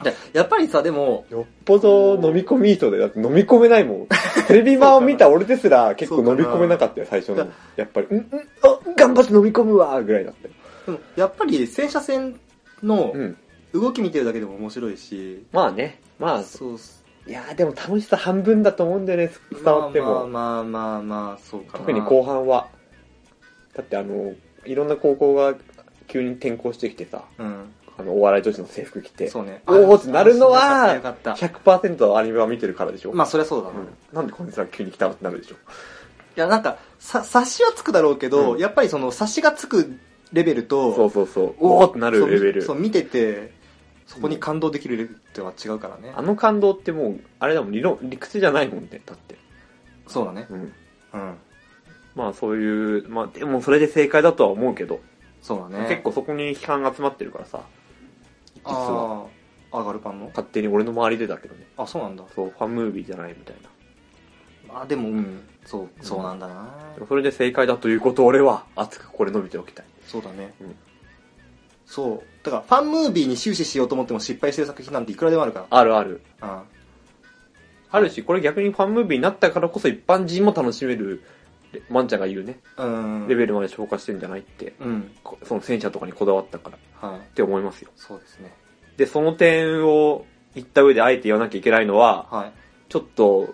でやっぱりさでもよっぽど飲み込み人でだって飲み込めないもんテレビ版を見た俺で すら結構飲み込めなかったよ最そ初のうかやっぱり「うんうんあ頑張って飲み込むわ」ぐらいだったよでもやっぱり戦車戦のうん動き見てるだけでも面白いし、まあねまあそうっすいやーでも楽しさ半分だと思うんだよね伝わっても、まあまあまあまあそうかな特に後半はだってあのいろんな高校が急に転校してきてさうんあのお笑い女子の制服着てそうねおーってなるのはよかったよかっ100%アニメは見てるからでしょたまあそりゃそうだうな、んなんでこいつら急に来たのってなるでしょいや、なんか、さ、察しはつくだろうけど、うんやっぱりその、察しがつくレベルと、そうそうそうおおってなるレベルそう、見てて、そこに感動できるレベルとは違うからね。あの感動ってもうあれだもん理論理屈じゃないもんねだって、そうだね。うん、うん。まあそういうまあでもそれで正解だとは思うけど、そうだね。結、構そこに批判が集まってるからさ実はあー、アガルパンの勝手に俺の周りでだけどねあ、そうなんだ。そうファンムービーじゃないみたいなあ、でも、うん、そう、そうなんだな、でもそれで正解だということを俺は熱くこれ述べておきたいそうだね。うんそう。だから、ファンムービーに終始しようと思っても失敗してる作品なんていくらでもあるかあるあるら。うん。あるしこれ逆にファンムービーになったからこそ一般人も楽しめるでまんちゃんが言うねうん。レベルまで消化してんじゃないってうん。こその戦車とかにこだわったからっはい。て思いますよそうですね。でその点を言った上であえて言わなきゃいけないのは、はい。ちょっと、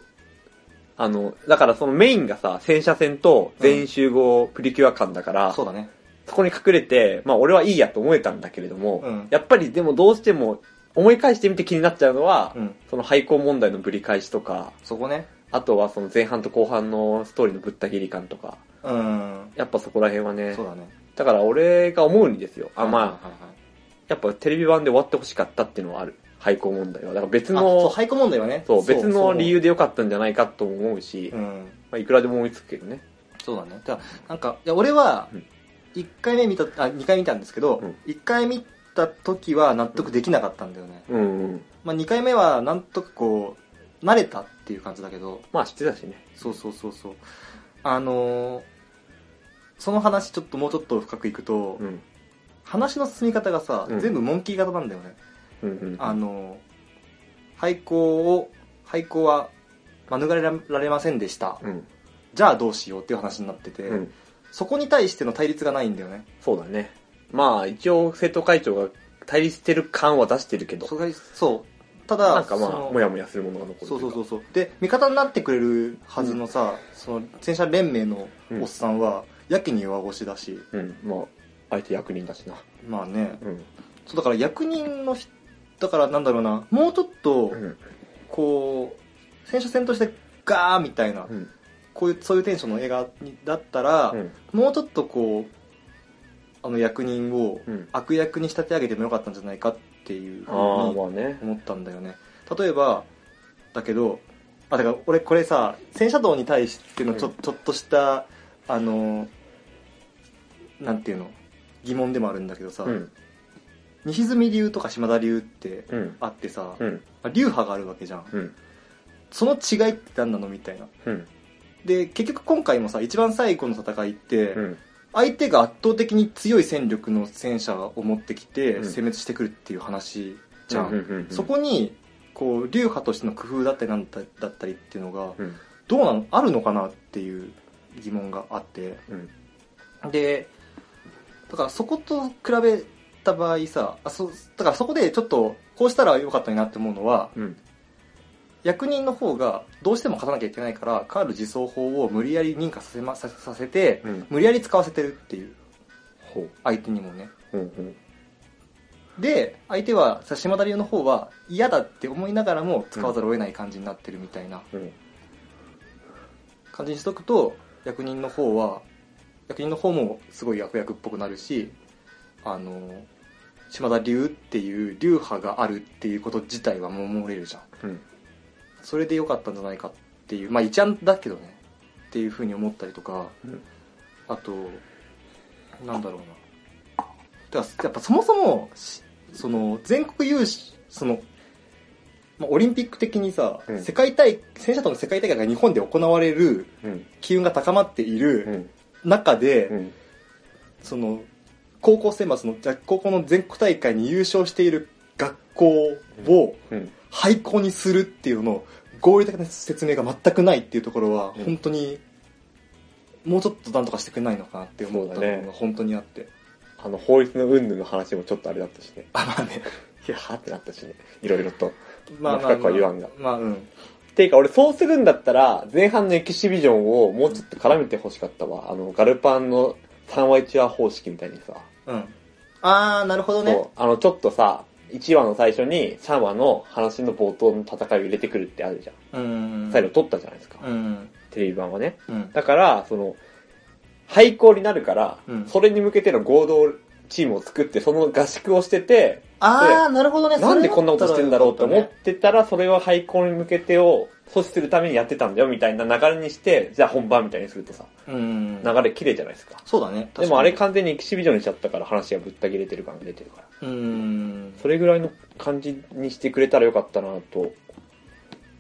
あの、だからそのメインがさ、戦車戦と全員集合プリキュア感だから、そうそだね。こに隠れて、まあ俺はいいやと思えたんだけれども、うんやっぱりでもどうしても思い返してみて気になっちゃうのは、うん。その廃校問題のぶり返しとか、そこね。あとはその前半と後半のストーリーのぶった切り感とか、うん。やっぱそこら辺はねそう、だね。だから俺が思うにですよ、あ、はいまあ、はいはいやっぱテレビ版で終わってほしかったっていうのはある。廃校問題は。だから別あそうの、廃校問題はねそう、別の理由由でよかったんじゃないかとも思うし、うまんあいくらでも思いつくけどね。そうだねだからなんかいや俺はうん1回目見たあ2回見たんですけど、うん1回見た時は納得できなかったんだよね、うんうん。まあ、2回目はなんとかこう慣れたっていう感じだけどまあ知ってたしね。そうそうそうそうあのーその話ちょっともうちょっと深くいくと、うん。話の進み方がさ、うん全部モンキー型なんだよねうんうん。あのー廃校を廃校は免れられませんでした、うん。じゃあどうしようっていう話になってて、うん。そこに対しての対立がないんだよねそうだね。まあ一応生徒会長が対立してる感は出してるけどそ、れがそうただなんかまそあ、のもやもやするものが残る。そうそうそううそうで味方になってくれるはずのさ、その戦車連盟のうんおっさんは、やけに弱腰だしうん。まあ、相手役人だしな。まあねうん。そうだから役人の人だからなんだろうなもうちょっとうん。こう戦車戦としてガーみたいなうん。こういうそういうテンションの映画にだったら、うんもうちょっとこうあの役人をうん悪役に仕立て上げてもよかったんじゃないかっていうふうにああまあね思ったんだよね例えばだけどあだから俺これさ戦車道に対してのちょ,、うんちょっとしたあのなんていうの疑問でもあるんだけどさ、うん西住流とか島田流ってうんあってさ、うんあ流派があるわけじゃんうんその違いって何なのみたいなうんで結局今回もさ一番最後の戦いって、うん相手が圧倒的に強い戦力の戦車を持ってきてうん殲滅してくるっていう話じゃん、うんうんうんそこにこう流派としての工夫だったりなんだだったりっていうのがうんどうなのあるのかなっていう疑問があってうんでだからそこと比べた場合さあそだからそこでちょっとこうしたらよかったなって思うのはうん役人の方がどうしても勝たなきゃいけないからカール自走法を無理やり認可させ,、ま、ささせてうん無理やり使わせてるっていうほう相手にもねうんうんで相手はさ島田流の方は嫌だって思いながらも使わざるを得ない感じになってるみたいなうん感じにしとくと役人の方は役人の方もすごい悪役っぽくなるしあの島田流っていう流派があるっていうこと自体は守れるじゃんうんそれで良かったんじゃないかっていうまあ一案だけどねっていうふうに思ったりとかうんあとなんだろうなだからやっぱそもそもしその全国有志その、まあ、オリンピック的にさ、うん世界大戦車との世界大会が日本で行われるうん機運が高まっていうるん中で、うんその高校選抜のじゃ高校の全国大会に優勝している学校をうん廃校にするっていうのの合理的な説明が全くないっていうところはうん本当にもうちょっとなんとかしてくれないのかなって思ったそうだねのが本当にあって、あの法律の云々の話もちょっとあれだったしねあまあ ねいやーってなったしねいろいろとまあまあ、まあ、深くは言わんがまあうんていうか俺そうするんだったら前半のエキシビジョンをもうちょっと絡めてほしかったわあのガルパンの3話1話方式みたいにさうんああなるほどねそうあのちょっとさ1話の最初に3話の話の冒頭の戦いを入れてくるってあるじゃん、うん最後撮ったじゃないですか、うんテレビ版はねうんだからその廃校になるから、うんそれに向けての合同チームを作ってその合宿をしててああなるほどねなんでこんなことしてんだろうと思ってたら、それは廃校に向けてを阻止するためにやってたんだよみたいな流れにして、じゃあ本番みたいにするとさ、うん流れ綺麗じゃないですか。そうだねでもあれ完全にエキシビジョンにしちゃったから話がぶった切れてる感が出てるから。うんそれぐらいの感じにしてくれたらよかったなと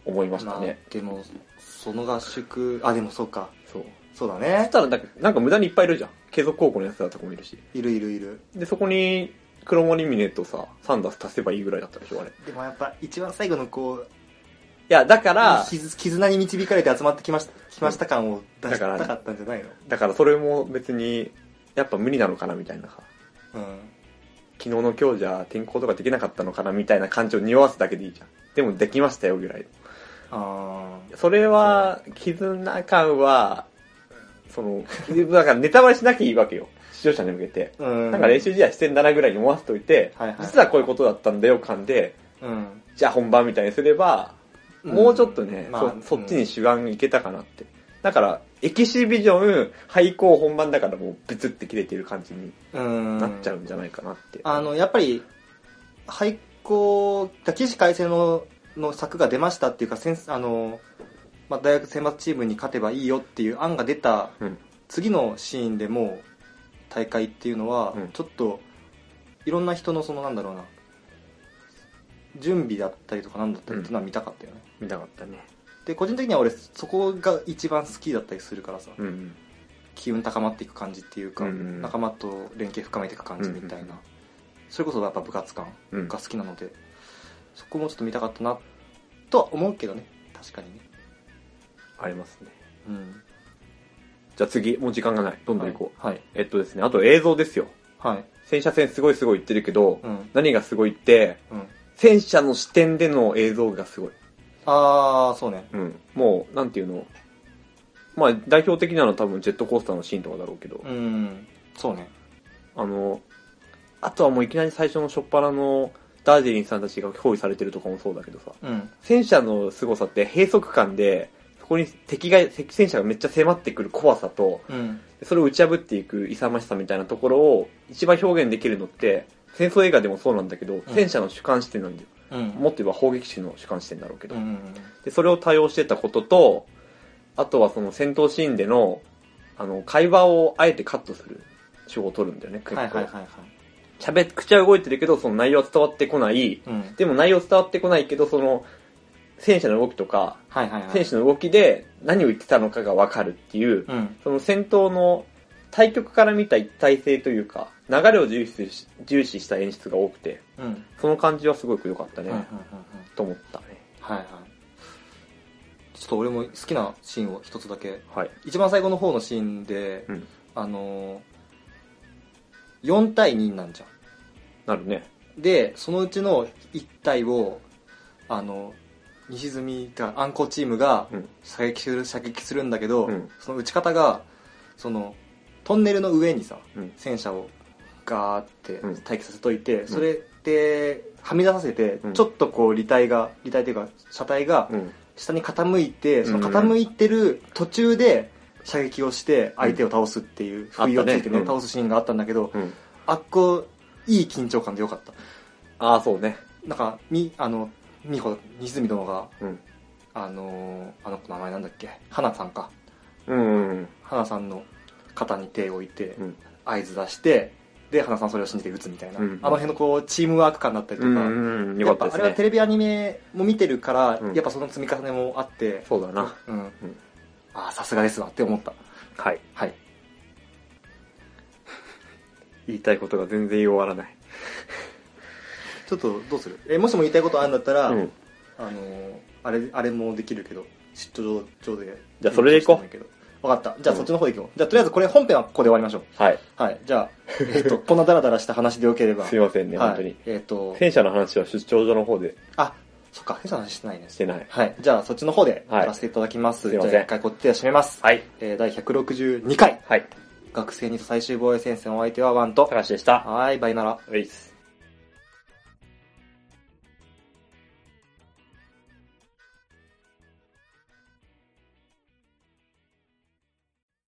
思いましたね。あ、でもその合宿あでもそうかそう。そうだそねしたらなんかなんか無駄にいっぱいいるじゃん。継続高校のやつだとかもいるし。いるいるいるで、そこに黒森峰とさ、サンダース足せばいいぐらいだったでしょ、あれ。いでもやっぱ一番最後のこうや、だから、絆絆に導かれて集まってきましたきました感を出しだからたかったんじゃないのだからそれも別に、やっぱ無理なのかなみたいなさ。うん昨日の今日じゃ転校とかできなかったのかなみたいな感じを匂わすだけでいいじゃん。でもできましたよぐらい。あそれは、絆感は、その、 だからネタバレしなきゃいいわけよ。視聴者に向けて。あうんなんか練習試合してんだなぐらいに思わせといて、はいはい実はこういうことだったんだよ感で、うんじゃあ本番みたいにすれば、もうちょっとね、うんまあうんそそっちに主眼いけたかなって。だから、エキシビジョン、廃校本番だからもうブツって切れてる感じにうんなっちゃうんじゃないかなって。あのやっぱり廃校だ起死回生のの策が出ましたっていうかせんあの、まあ、大学選抜チームに勝てばいいよっていう案が出たうん次のシーンでもう大会っていうのはうんちょっといろんな人のそのなんだろうな準備だったりとかなんだったりっていうのは見たかったよね、見たかったね。で個人的には俺そこが一番好きだったりするからさ、うんうん。機運高まっていく感じっていうか、うんうん仲間と連携深めていく感じみたいな、うんうんうんそれこそやっぱ部活感うんが好きなので、そこもちょっと見たかったなとは思うけどね確かにねありますね。うんじゃあ次、もう時間がない。どんどん行こう。はいえっとですね、あと映像ですよ。はい、はい戦車戦すごいすごい言ってるけど、うん何がすごいって、うん、戦車の視点での映像がすごい。ああそうねうん。もう、なんていうの。まあ、代表的なのは多分ジェットコースターのシーンとかだろうけど、うんそうねあの、あとはもういきなり最初の初っ端のダージリンさんたちが包囲されてるとかもそうだけどさ、うん戦車の凄さって閉塞感で、そこに敵が、敵戦車がめっちゃ迫ってくる怖さと、うん。それを打ち破っていく勇ましさみたいなところを一番表現できるのって、戦争映画でもそうなんだけど、戦車の主観視点なんだよ。うん。もっと言えば砲撃手の主観視点だろうけどう。ん。で、それを多用してたことと、あとはその戦闘シーンでの、あの、会話をあえてカットする手法を取るんだよね、結構。はいはいはいはい。喋っ口は動いてるけど、その内容は伝わってこない。うん。でも内容伝わってこないけど、その、戦車の動きとか、はいはいはい。選手の動きで何を言ってたのかがわかるっていう、うん。その戦闘の対局から見た一体性というか、流れを重視し重視した演出が多くて、うん。うん。その感じはすごく良かったね、うん。うん。と思ったね。はいはい。ちょっと俺も好きなシーンを一つだけ。はい。一番最後の方のシーンで、うんあのー、4対2なんじゃん。なるね。でそのうちの1体をあの西住がアンコチームがうん射撃する射撃するんだけど、うんその打ち方がそのトンネルの上にさ、うん戦車をガーってうん待機させといて、それではみ出させて、うんちょっとこう履体が履体というか車体がうん。下に傾いて、そのうん傾いてる途中で射撃をして相手を倒すっていう不意をついてね,、あったねうん倒すシーンがあったんだけど、うん。あっこいい緊張感でよかった。ああ、そうね。なんか、み、あの、みほ、西住殿が、うん。あのーあの子名前なんだっけ、花さんか。うん、うん。花さんの肩に手を置いて、うん合図出して、で、花さんそれを信じて打つみたいな。うんあの辺のこう、チームワーク感だったりとうか。ん、うん。よやかっっぱあたれではすテね。レビアニメも見てるから、うんやっぱその積み重ねもあって、そうだな。うん。ああ、さすがですわって思った。はい。はい。言いたいことが全然終わらない。ちょっとどうするえ、もしも言いたいことあるんだったら、うん。あのーあれ、あれもできるけど、出張上で。じゃあそれでいこう勉強してもいいけど。わかった。じゃあそっちの方でいこう。じゃあとりあえずこれ本編はここで終わりましょはい。う。はい。じゃあ、えっ と、こんなダラダラした話でよければ。すいませんね、はい、本当に。えっと、戦車の話は出張所の方であ、そっか、変な話してないねし。てない。はい。じゃあそっちの方ではいやらせていただきます。すいませんじゃあ一回こっちで締めます。はい。えー、第162回、はい。学生にと最終防衛戦線お相手はワンと。高橋でした。はい、バイなら。ウェイス。